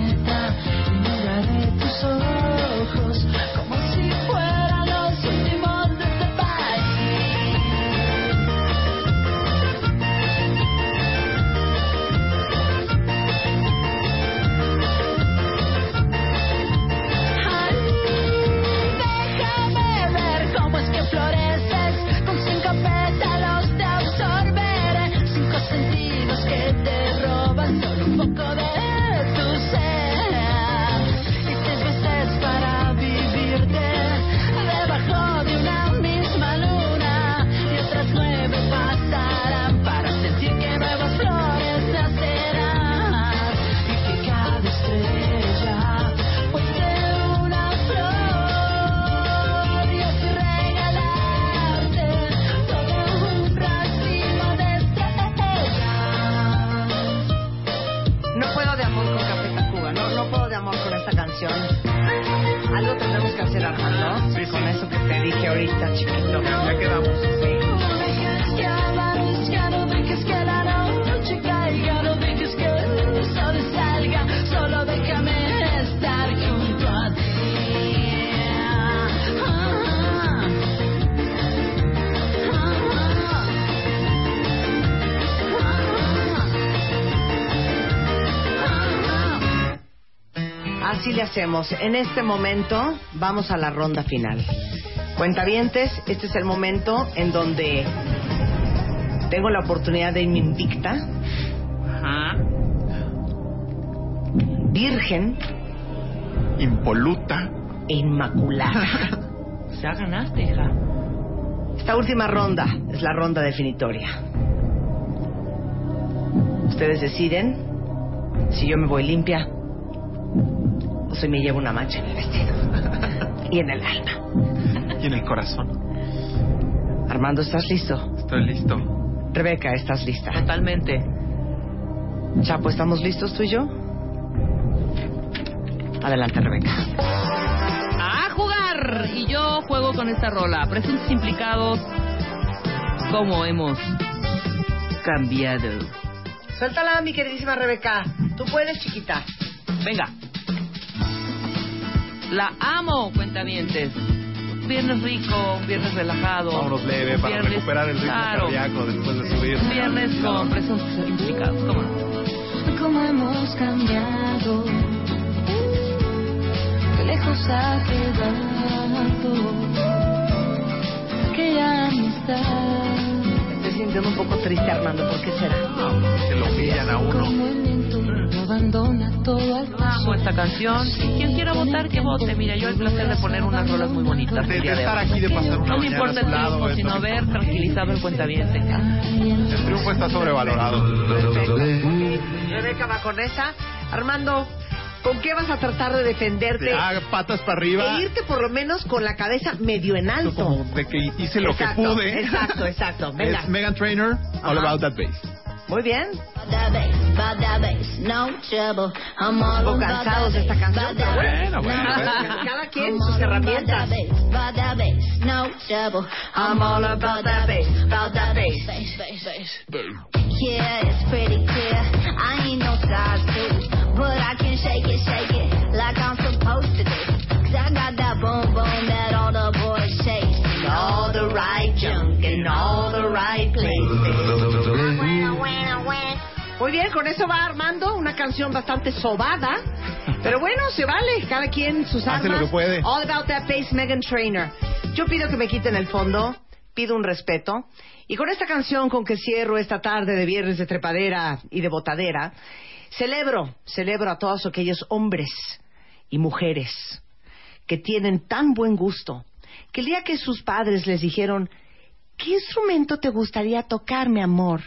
S1: canción. Algo tenemos que hacer, Armando. Con eso que te dije ahorita, chiquito. Ya quedamos.
S2: Solo déjame estar junto a ti. Ah.
S1: Así le hacemos. En este momento vamos a la ronda final. Cuentavientes, este es el momento en donde tengo la oportunidad de irme invicta. Virgen. Impoluta. E inmaculada.
S6: Ya ganaste, hija.
S1: Esta última ronda es la ronda definitoria. Ustedes deciden si yo me voy limpia o si me llevo una mancha en el vestido y en el alma.
S4: Y en el corazón.
S1: Armando, ¿estás listo?
S4: Estoy listo.
S1: Rebeca, ¿estás lista?
S6: Totalmente.
S1: Chapo, ¿estamos listos tú y yo? Adelante, Rebeca.
S6: a jugar. Y yo juego con esta rola. Presentes implicados, ¿cómo hemos cambiado?
S1: Suéltala, mi queridísima Rebeca. Tú puedes, chiquita.
S6: Venga. La amo, cuentavientes. Viernes rico, viernes relajado.
S4: Vámonos leve para
S6: Viernes-
S4: recuperar el ritmo
S6: claro.
S4: cardíaco después de subir.
S6: Viernes con presuntos implicados. ¿Cómo no?
S2: cómo hemos cambiado, qué lejos ha quedado aquella amistad.
S1: Me estoy sintiendo un poco triste, Armando. ¿Por qué será?
S4: Se lo pillan a uno.
S2: Como el viento lo abandona todo al paso.
S6: Amo esta canción. Y quien quiera votar, que vote. Mira, yo el placer de poner unas rolas muy bonitas.
S4: De,
S6: el
S4: de
S6: día de
S4: estar
S6: hoy.
S4: aquí, de pasar una
S6: No
S4: mañana
S6: me importa
S4: a
S6: el
S4: su lado, eh, es
S6: triunfo,
S4: lo
S6: sino
S4: que-
S6: ver tranquilizado el cuentaviente.
S4: El triunfo está sobrevalorado.
S1: Rebeca va con esa. Armando, ¿con qué vas a tratar de defenderte?
S4: Ah, patas para arriba.
S1: E irte por lo menos con la cabeza medio en alto.
S4: De que hice lo
S1: Exacto,
S4: que pude.
S1: Exacto, exacto. Venga.
S4: Es Megan Trainer, All About That Bass.
S1: Muy bien.
S2: Un poco cansados de esta canción. pero
S4: Bueno, bueno, bueno.
S2: Cada quien sus herramientas. I'm all about that bass, about that bass. Yeah, it's pretty clear. I ain't no size two, but I can shake it, shake it like I'm supposed to do. Cause I got that boom boom that all the boys chase. And all the right junk in all the right places. When, when, when.
S1: Muy bien, con eso va Armando, una canción bastante sobada. Pero bueno, se vale, cada quien sus armas.
S4: Hace lo que puede.
S1: All About That Bass, Megan Trainer. Yo pido que me quiten el fondo, pido un respeto. Y con esta canción con que cierro esta tarde de viernes de trepadera y de botadera, celebro, celebro a todos aquellos hombres y mujeres que tienen tan buen gusto que el día que sus padres les dijeron, ¿qué instrumento te gustaría tocar, mi amor?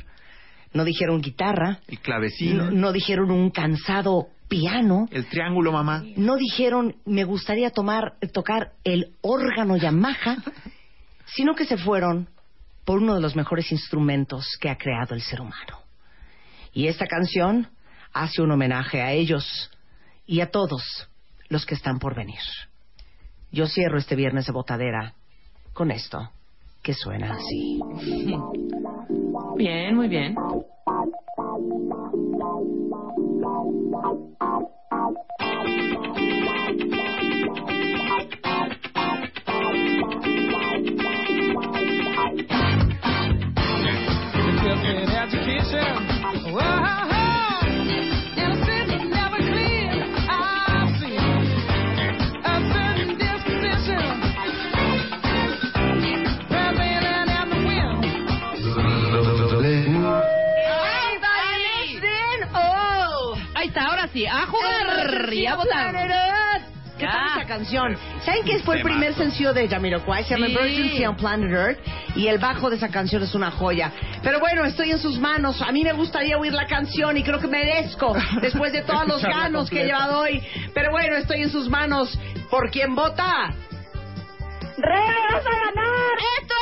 S1: No dijeron guitarra,
S4: El
S1: no,
S4: clavecino.
S1: no dijeron un cansado piano.
S4: El triángulo, mamá.
S1: No dijeron me gustaría tomar, tocar el órgano Yamaha, sino que se fueron por uno de los mejores instrumentos que ha creado el ser humano. Y esta canción hace un homenaje a ellos y a todos los que están por venir. Yo cierro este viernes de botadera con esto que suena así.
S6: Bien, muy bien.
S1: Oh.
S6: Ahí está, ahora sí, a jugar y a votar.
S1: ¿Qué tal
S6: Ya.
S1: esta canción? ¿Saben qué fue el
S4: Temazo.
S1: primer sencillo de Jamiroquai? Se llama
S6: Sí.
S1: Emergency on Planet Earth y el bajo de esa canción es una joya. Pero bueno, estoy en sus manos. A mí me gustaría oír la canción y creo que merezco después de todos los
S4: Escucharla
S1: ganos que he
S4: completa.
S1: llevado hoy. Pero bueno, estoy en sus manos. ¿Por quién vota?
S12: ¡Re, vas a ganar!
S6: Esto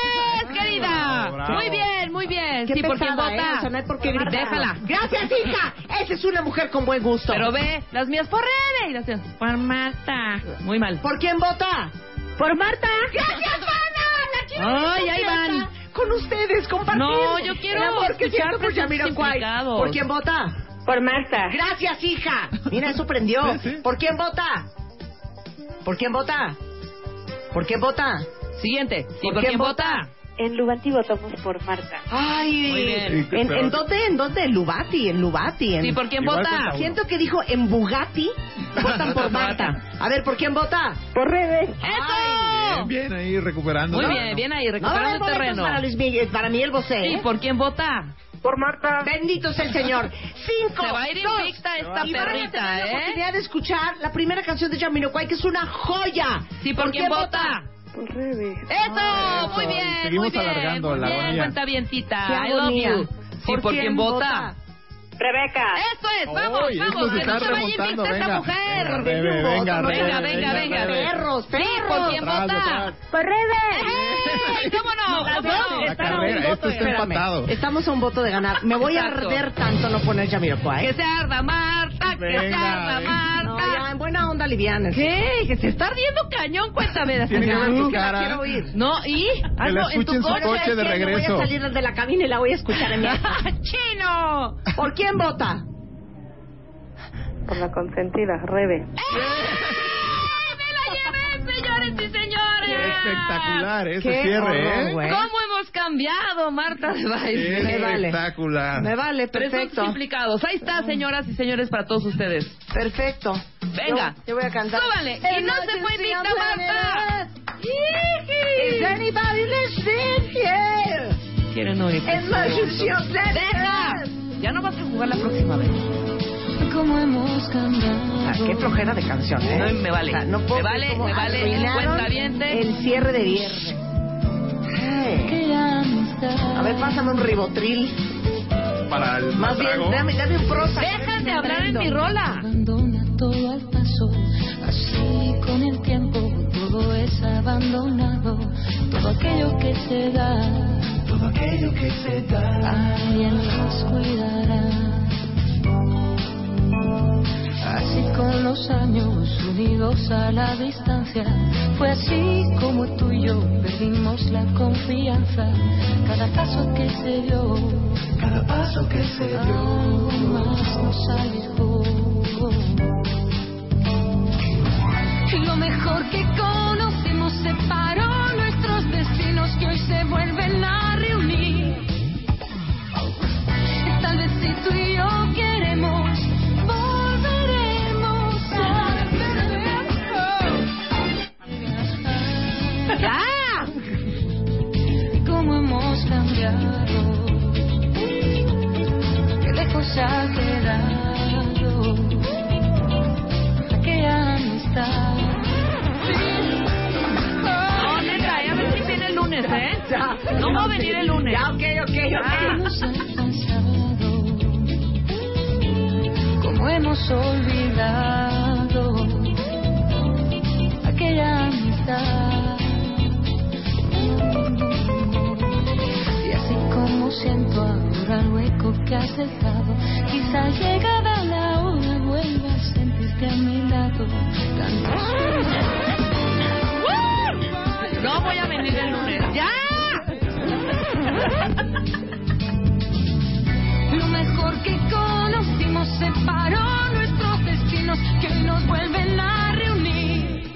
S6: es, querida.
S4: bravo.
S6: Muy bien, muy muy bien.
S1: Qué
S6: sí, por quien
S1: pesada,
S6: vota.
S1: ¿eh? O sea, no hay por qué gritar.
S6: Déjala.
S1: Gracias, hija. Esa es una mujer con buen gusto.
S6: Pero ve, las mías por Rebe y las mías por Marta. Muy mal.
S1: ¿Por quién vota?
S13: Por Marta.
S1: Gracias, Ana. La quiero
S6: Ay,
S1: mucho,
S6: ahí
S1: Marta. Con ustedes, compartir.
S6: No, yo quiero
S1: El amor que
S6: escuchar
S1: siento por
S6: procesos
S1: Jamiroquai.
S6: implicados.
S1: ¿Por quién vota?
S12: Por Marta.
S1: Gracias, hija. Mira, eso prendió. ¿Por quién vota? ¿Por quién vota? ¿Por quién vota?
S6: Siguiente. ¿Y
S1: ¿Por
S6: por
S1: quién
S6: quién vota?
S12: En Lubati votamos por Marta.
S6: Muy
S1: Ay,
S6: bien.
S1: ¿En, en dónde? ¿En dónde? En Lubati, en Lubati. En...
S6: Sí, ¿por quién Igual vota? cuenta uno.
S1: Siento que dijo en Bugatti, votan por Marta. A ver, ¿por quién vota?
S12: Por redes.
S6: ¡Eso!
S4: Bien ahí recuperando.
S6: Muy
S4: ¿no?
S6: bien, bien ahí,
S1: No va a haber
S6: recuperando
S1: boletos
S6: terreno.
S1: para Luis Miguel, para Miguel Bosé.
S6: ¿Y
S1: ¿eh?
S6: por quién vota?
S12: Por Marta.
S1: Bendito es el Señor. Cinco,
S6: Se va a ir
S1: dos,
S6: invicta esta
S1: y van a tener
S6: perrita,
S1: la
S6: ¿eh?
S1: oportunidad de escuchar la primera canción de Jamiroquai, que es una joya.
S6: Sí, ¿por, quién vota?
S12: Por redes.
S6: Ah, ¡Eso! Muy bien,
S4: Seguimos
S6: muy bien.
S4: alargando
S6: muy
S4: la
S6: bien,
S4: agonía.
S6: cuenta
S1: Qué
S6: bientita. I love
S1: agonía.
S6: you. Sí, ¿por quién vota?
S12: Rebeca.
S6: Eso es, vamos,
S4: Oy, esto
S6: vamos,
S4: se
S6: que no
S4: está
S6: se vaya
S4: remontando,
S6: invicta esta
S4: venga.
S6: mujer.
S4: Venga, Rebe, venga, Rebe,
S6: venga, venga, venga.
S4: Rebe.
S1: Perros, Pues
S6: Sí, ¿por quién
S4: Atrás,
S6: vota?
S4: atrás.
S12: Por redes.
S6: ¡Ey! ¿Cómo no?
S1: Las
S6: ¿Cómo
S1: dos
S6: no? eh.
S4: La
S1: están a
S4: carrera,
S1: un voto
S4: esto
S1: de-
S4: está
S1: espérame,
S4: empatado.
S1: Estamos a un voto de ganar. Me voy a
S6: Exacto.
S1: arder tanto no poner Jamiroquai.
S6: Que se arda Marta, que se
S4: Venga,
S6: arda
S4: venga.
S1: No,
S6: Marta.
S1: ya, en buena onda liviana.
S6: ¿Qué? Que se está ardiendo cañón, cuéntame. de
S4: Tiene que
S6: esta-
S4: ver tu
S1: que la
S4: cara.
S1: quiero oír.
S6: Ah, No, ¿y?
S4: Que la
S6: Algo en
S4: escuche en
S6: tu
S4: su
S6: coche.
S4: coche de
S1: Voy a
S4: regreso.
S1: salir de la cabina y la voy a escuchar en mi
S6: ¡Ah, ¡Chino!
S1: ¿Por quién vota?
S12: Por la consentida, Rebe.
S6: ¡Me la llevé, señores y
S4: Qué
S6: señores!
S4: espectacular eh, ese
S1: Qué
S4: cierre,
S1: horror,
S4: ¿eh?
S1: güey.
S6: ¿Cómo hemos cambiado, Marta de
S4: Qué
S6: Baile?
S1: Me vale.
S4: espectacular.
S1: Me vale,
S6: Perfecto.
S1: perfecto.
S6: implicados. Ahí está, señoras y señores, para todos ustedes.
S1: Perfecto.
S6: Venga.
S1: Yo, yo voy a cantar.
S6: Súbale. Y no se fue invicta, Marta.
S1: Is anybody listening here?
S6: ¿Quieren oír?
S1: Emergency on set.
S6: ¡Deja! Ya no vas a jugar la próxima vez.
S2: ¿Cómo hemos cambiado?
S1: Ah, Qué flojera de canción, ¿eh?
S6: No, me vale.
S1: O sea, no puedo
S6: me
S1: creer
S6: vale,
S1: cómo
S6: me vale. El
S1: arruinaron
S6: cuentaviente.
S1: El cierre de viernes. Ay. Eh. A ver, pásame un ribotril.
S4: Para el
S1: Más
S4: trago.
S1: bien, dame, dame un prosa.
S6: Deja de hablar en mi rola.
S2: Abandona todo al paso, así con el tiempo todo es abandonado, todo aquello que se da, todo aquello que se da, alguien nos cuidará. Así con los años unidos a la distancia, fue así como tú y yo perdimos la confianza, cada paso que se dio cada paso que se dio algo más nos alejó. Lo mejor que conocimos separó nuestros destinos que hoy se vuelven a reunir. Tal vez si tú y yo queremos, volveremos a vernos.
S6: ¡Ya!
S2: cómo hemos cambiado, qué lejos ha quedado aquella amistad.
S6: No, neta, ya ves que viene el lunes, ¿eh?
S1: Ya.
S6: No va a venir el lunes.
S1: Ya, Ah, ok, ok,
S6: Ya.
S1: ok.
S2: Hemos alcanzado, como hemos olvidado aquella amistad. Y así como siento ahora el hueco que has dejado, quizás llegada la hora vuelva a sentirte a mi lado.
S6: No voy a venir el lunes. ¡Ya!
S2: Lo mejor que conocimos separó nuestros destinos que hoy nos vuelven a reunir.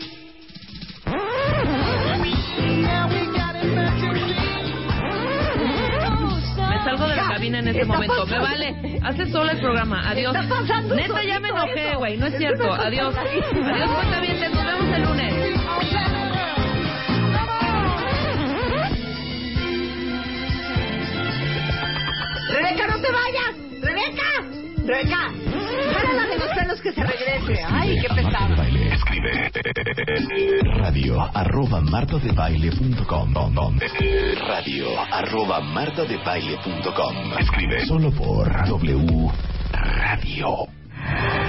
S6: Me salgo de la
S1: Ya.
S6: cabina en este
S1: Está
S6: momento.
S1: pasando.
S6: Me vale. Hace solo el programa. Adiós.
S1: Está pasando
S6: Neta, ya
S1: solito
S6: me enojé,
S1: eso.
S6: güey. No es
S1: Es
S6: cierto.
S1: una cosa
S6: Adiós.
S1: rarísima.
S6: Adiós, cuenta bien. Nos vemos el lunes.
S1: Rebeca, no te vayas. Rebeca. Rebeca. Para la de los pelos que se regrese. Ay, qué
S3: A Marta de
S1: pesado.
S3: Baile, escribe radio arroba martadebaile.com radio arroba martadebaile.com escribe solo por W Radio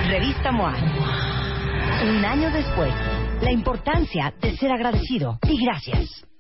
S17: Revista MOA. Un año después, la importancia de ser agradecido y gracias.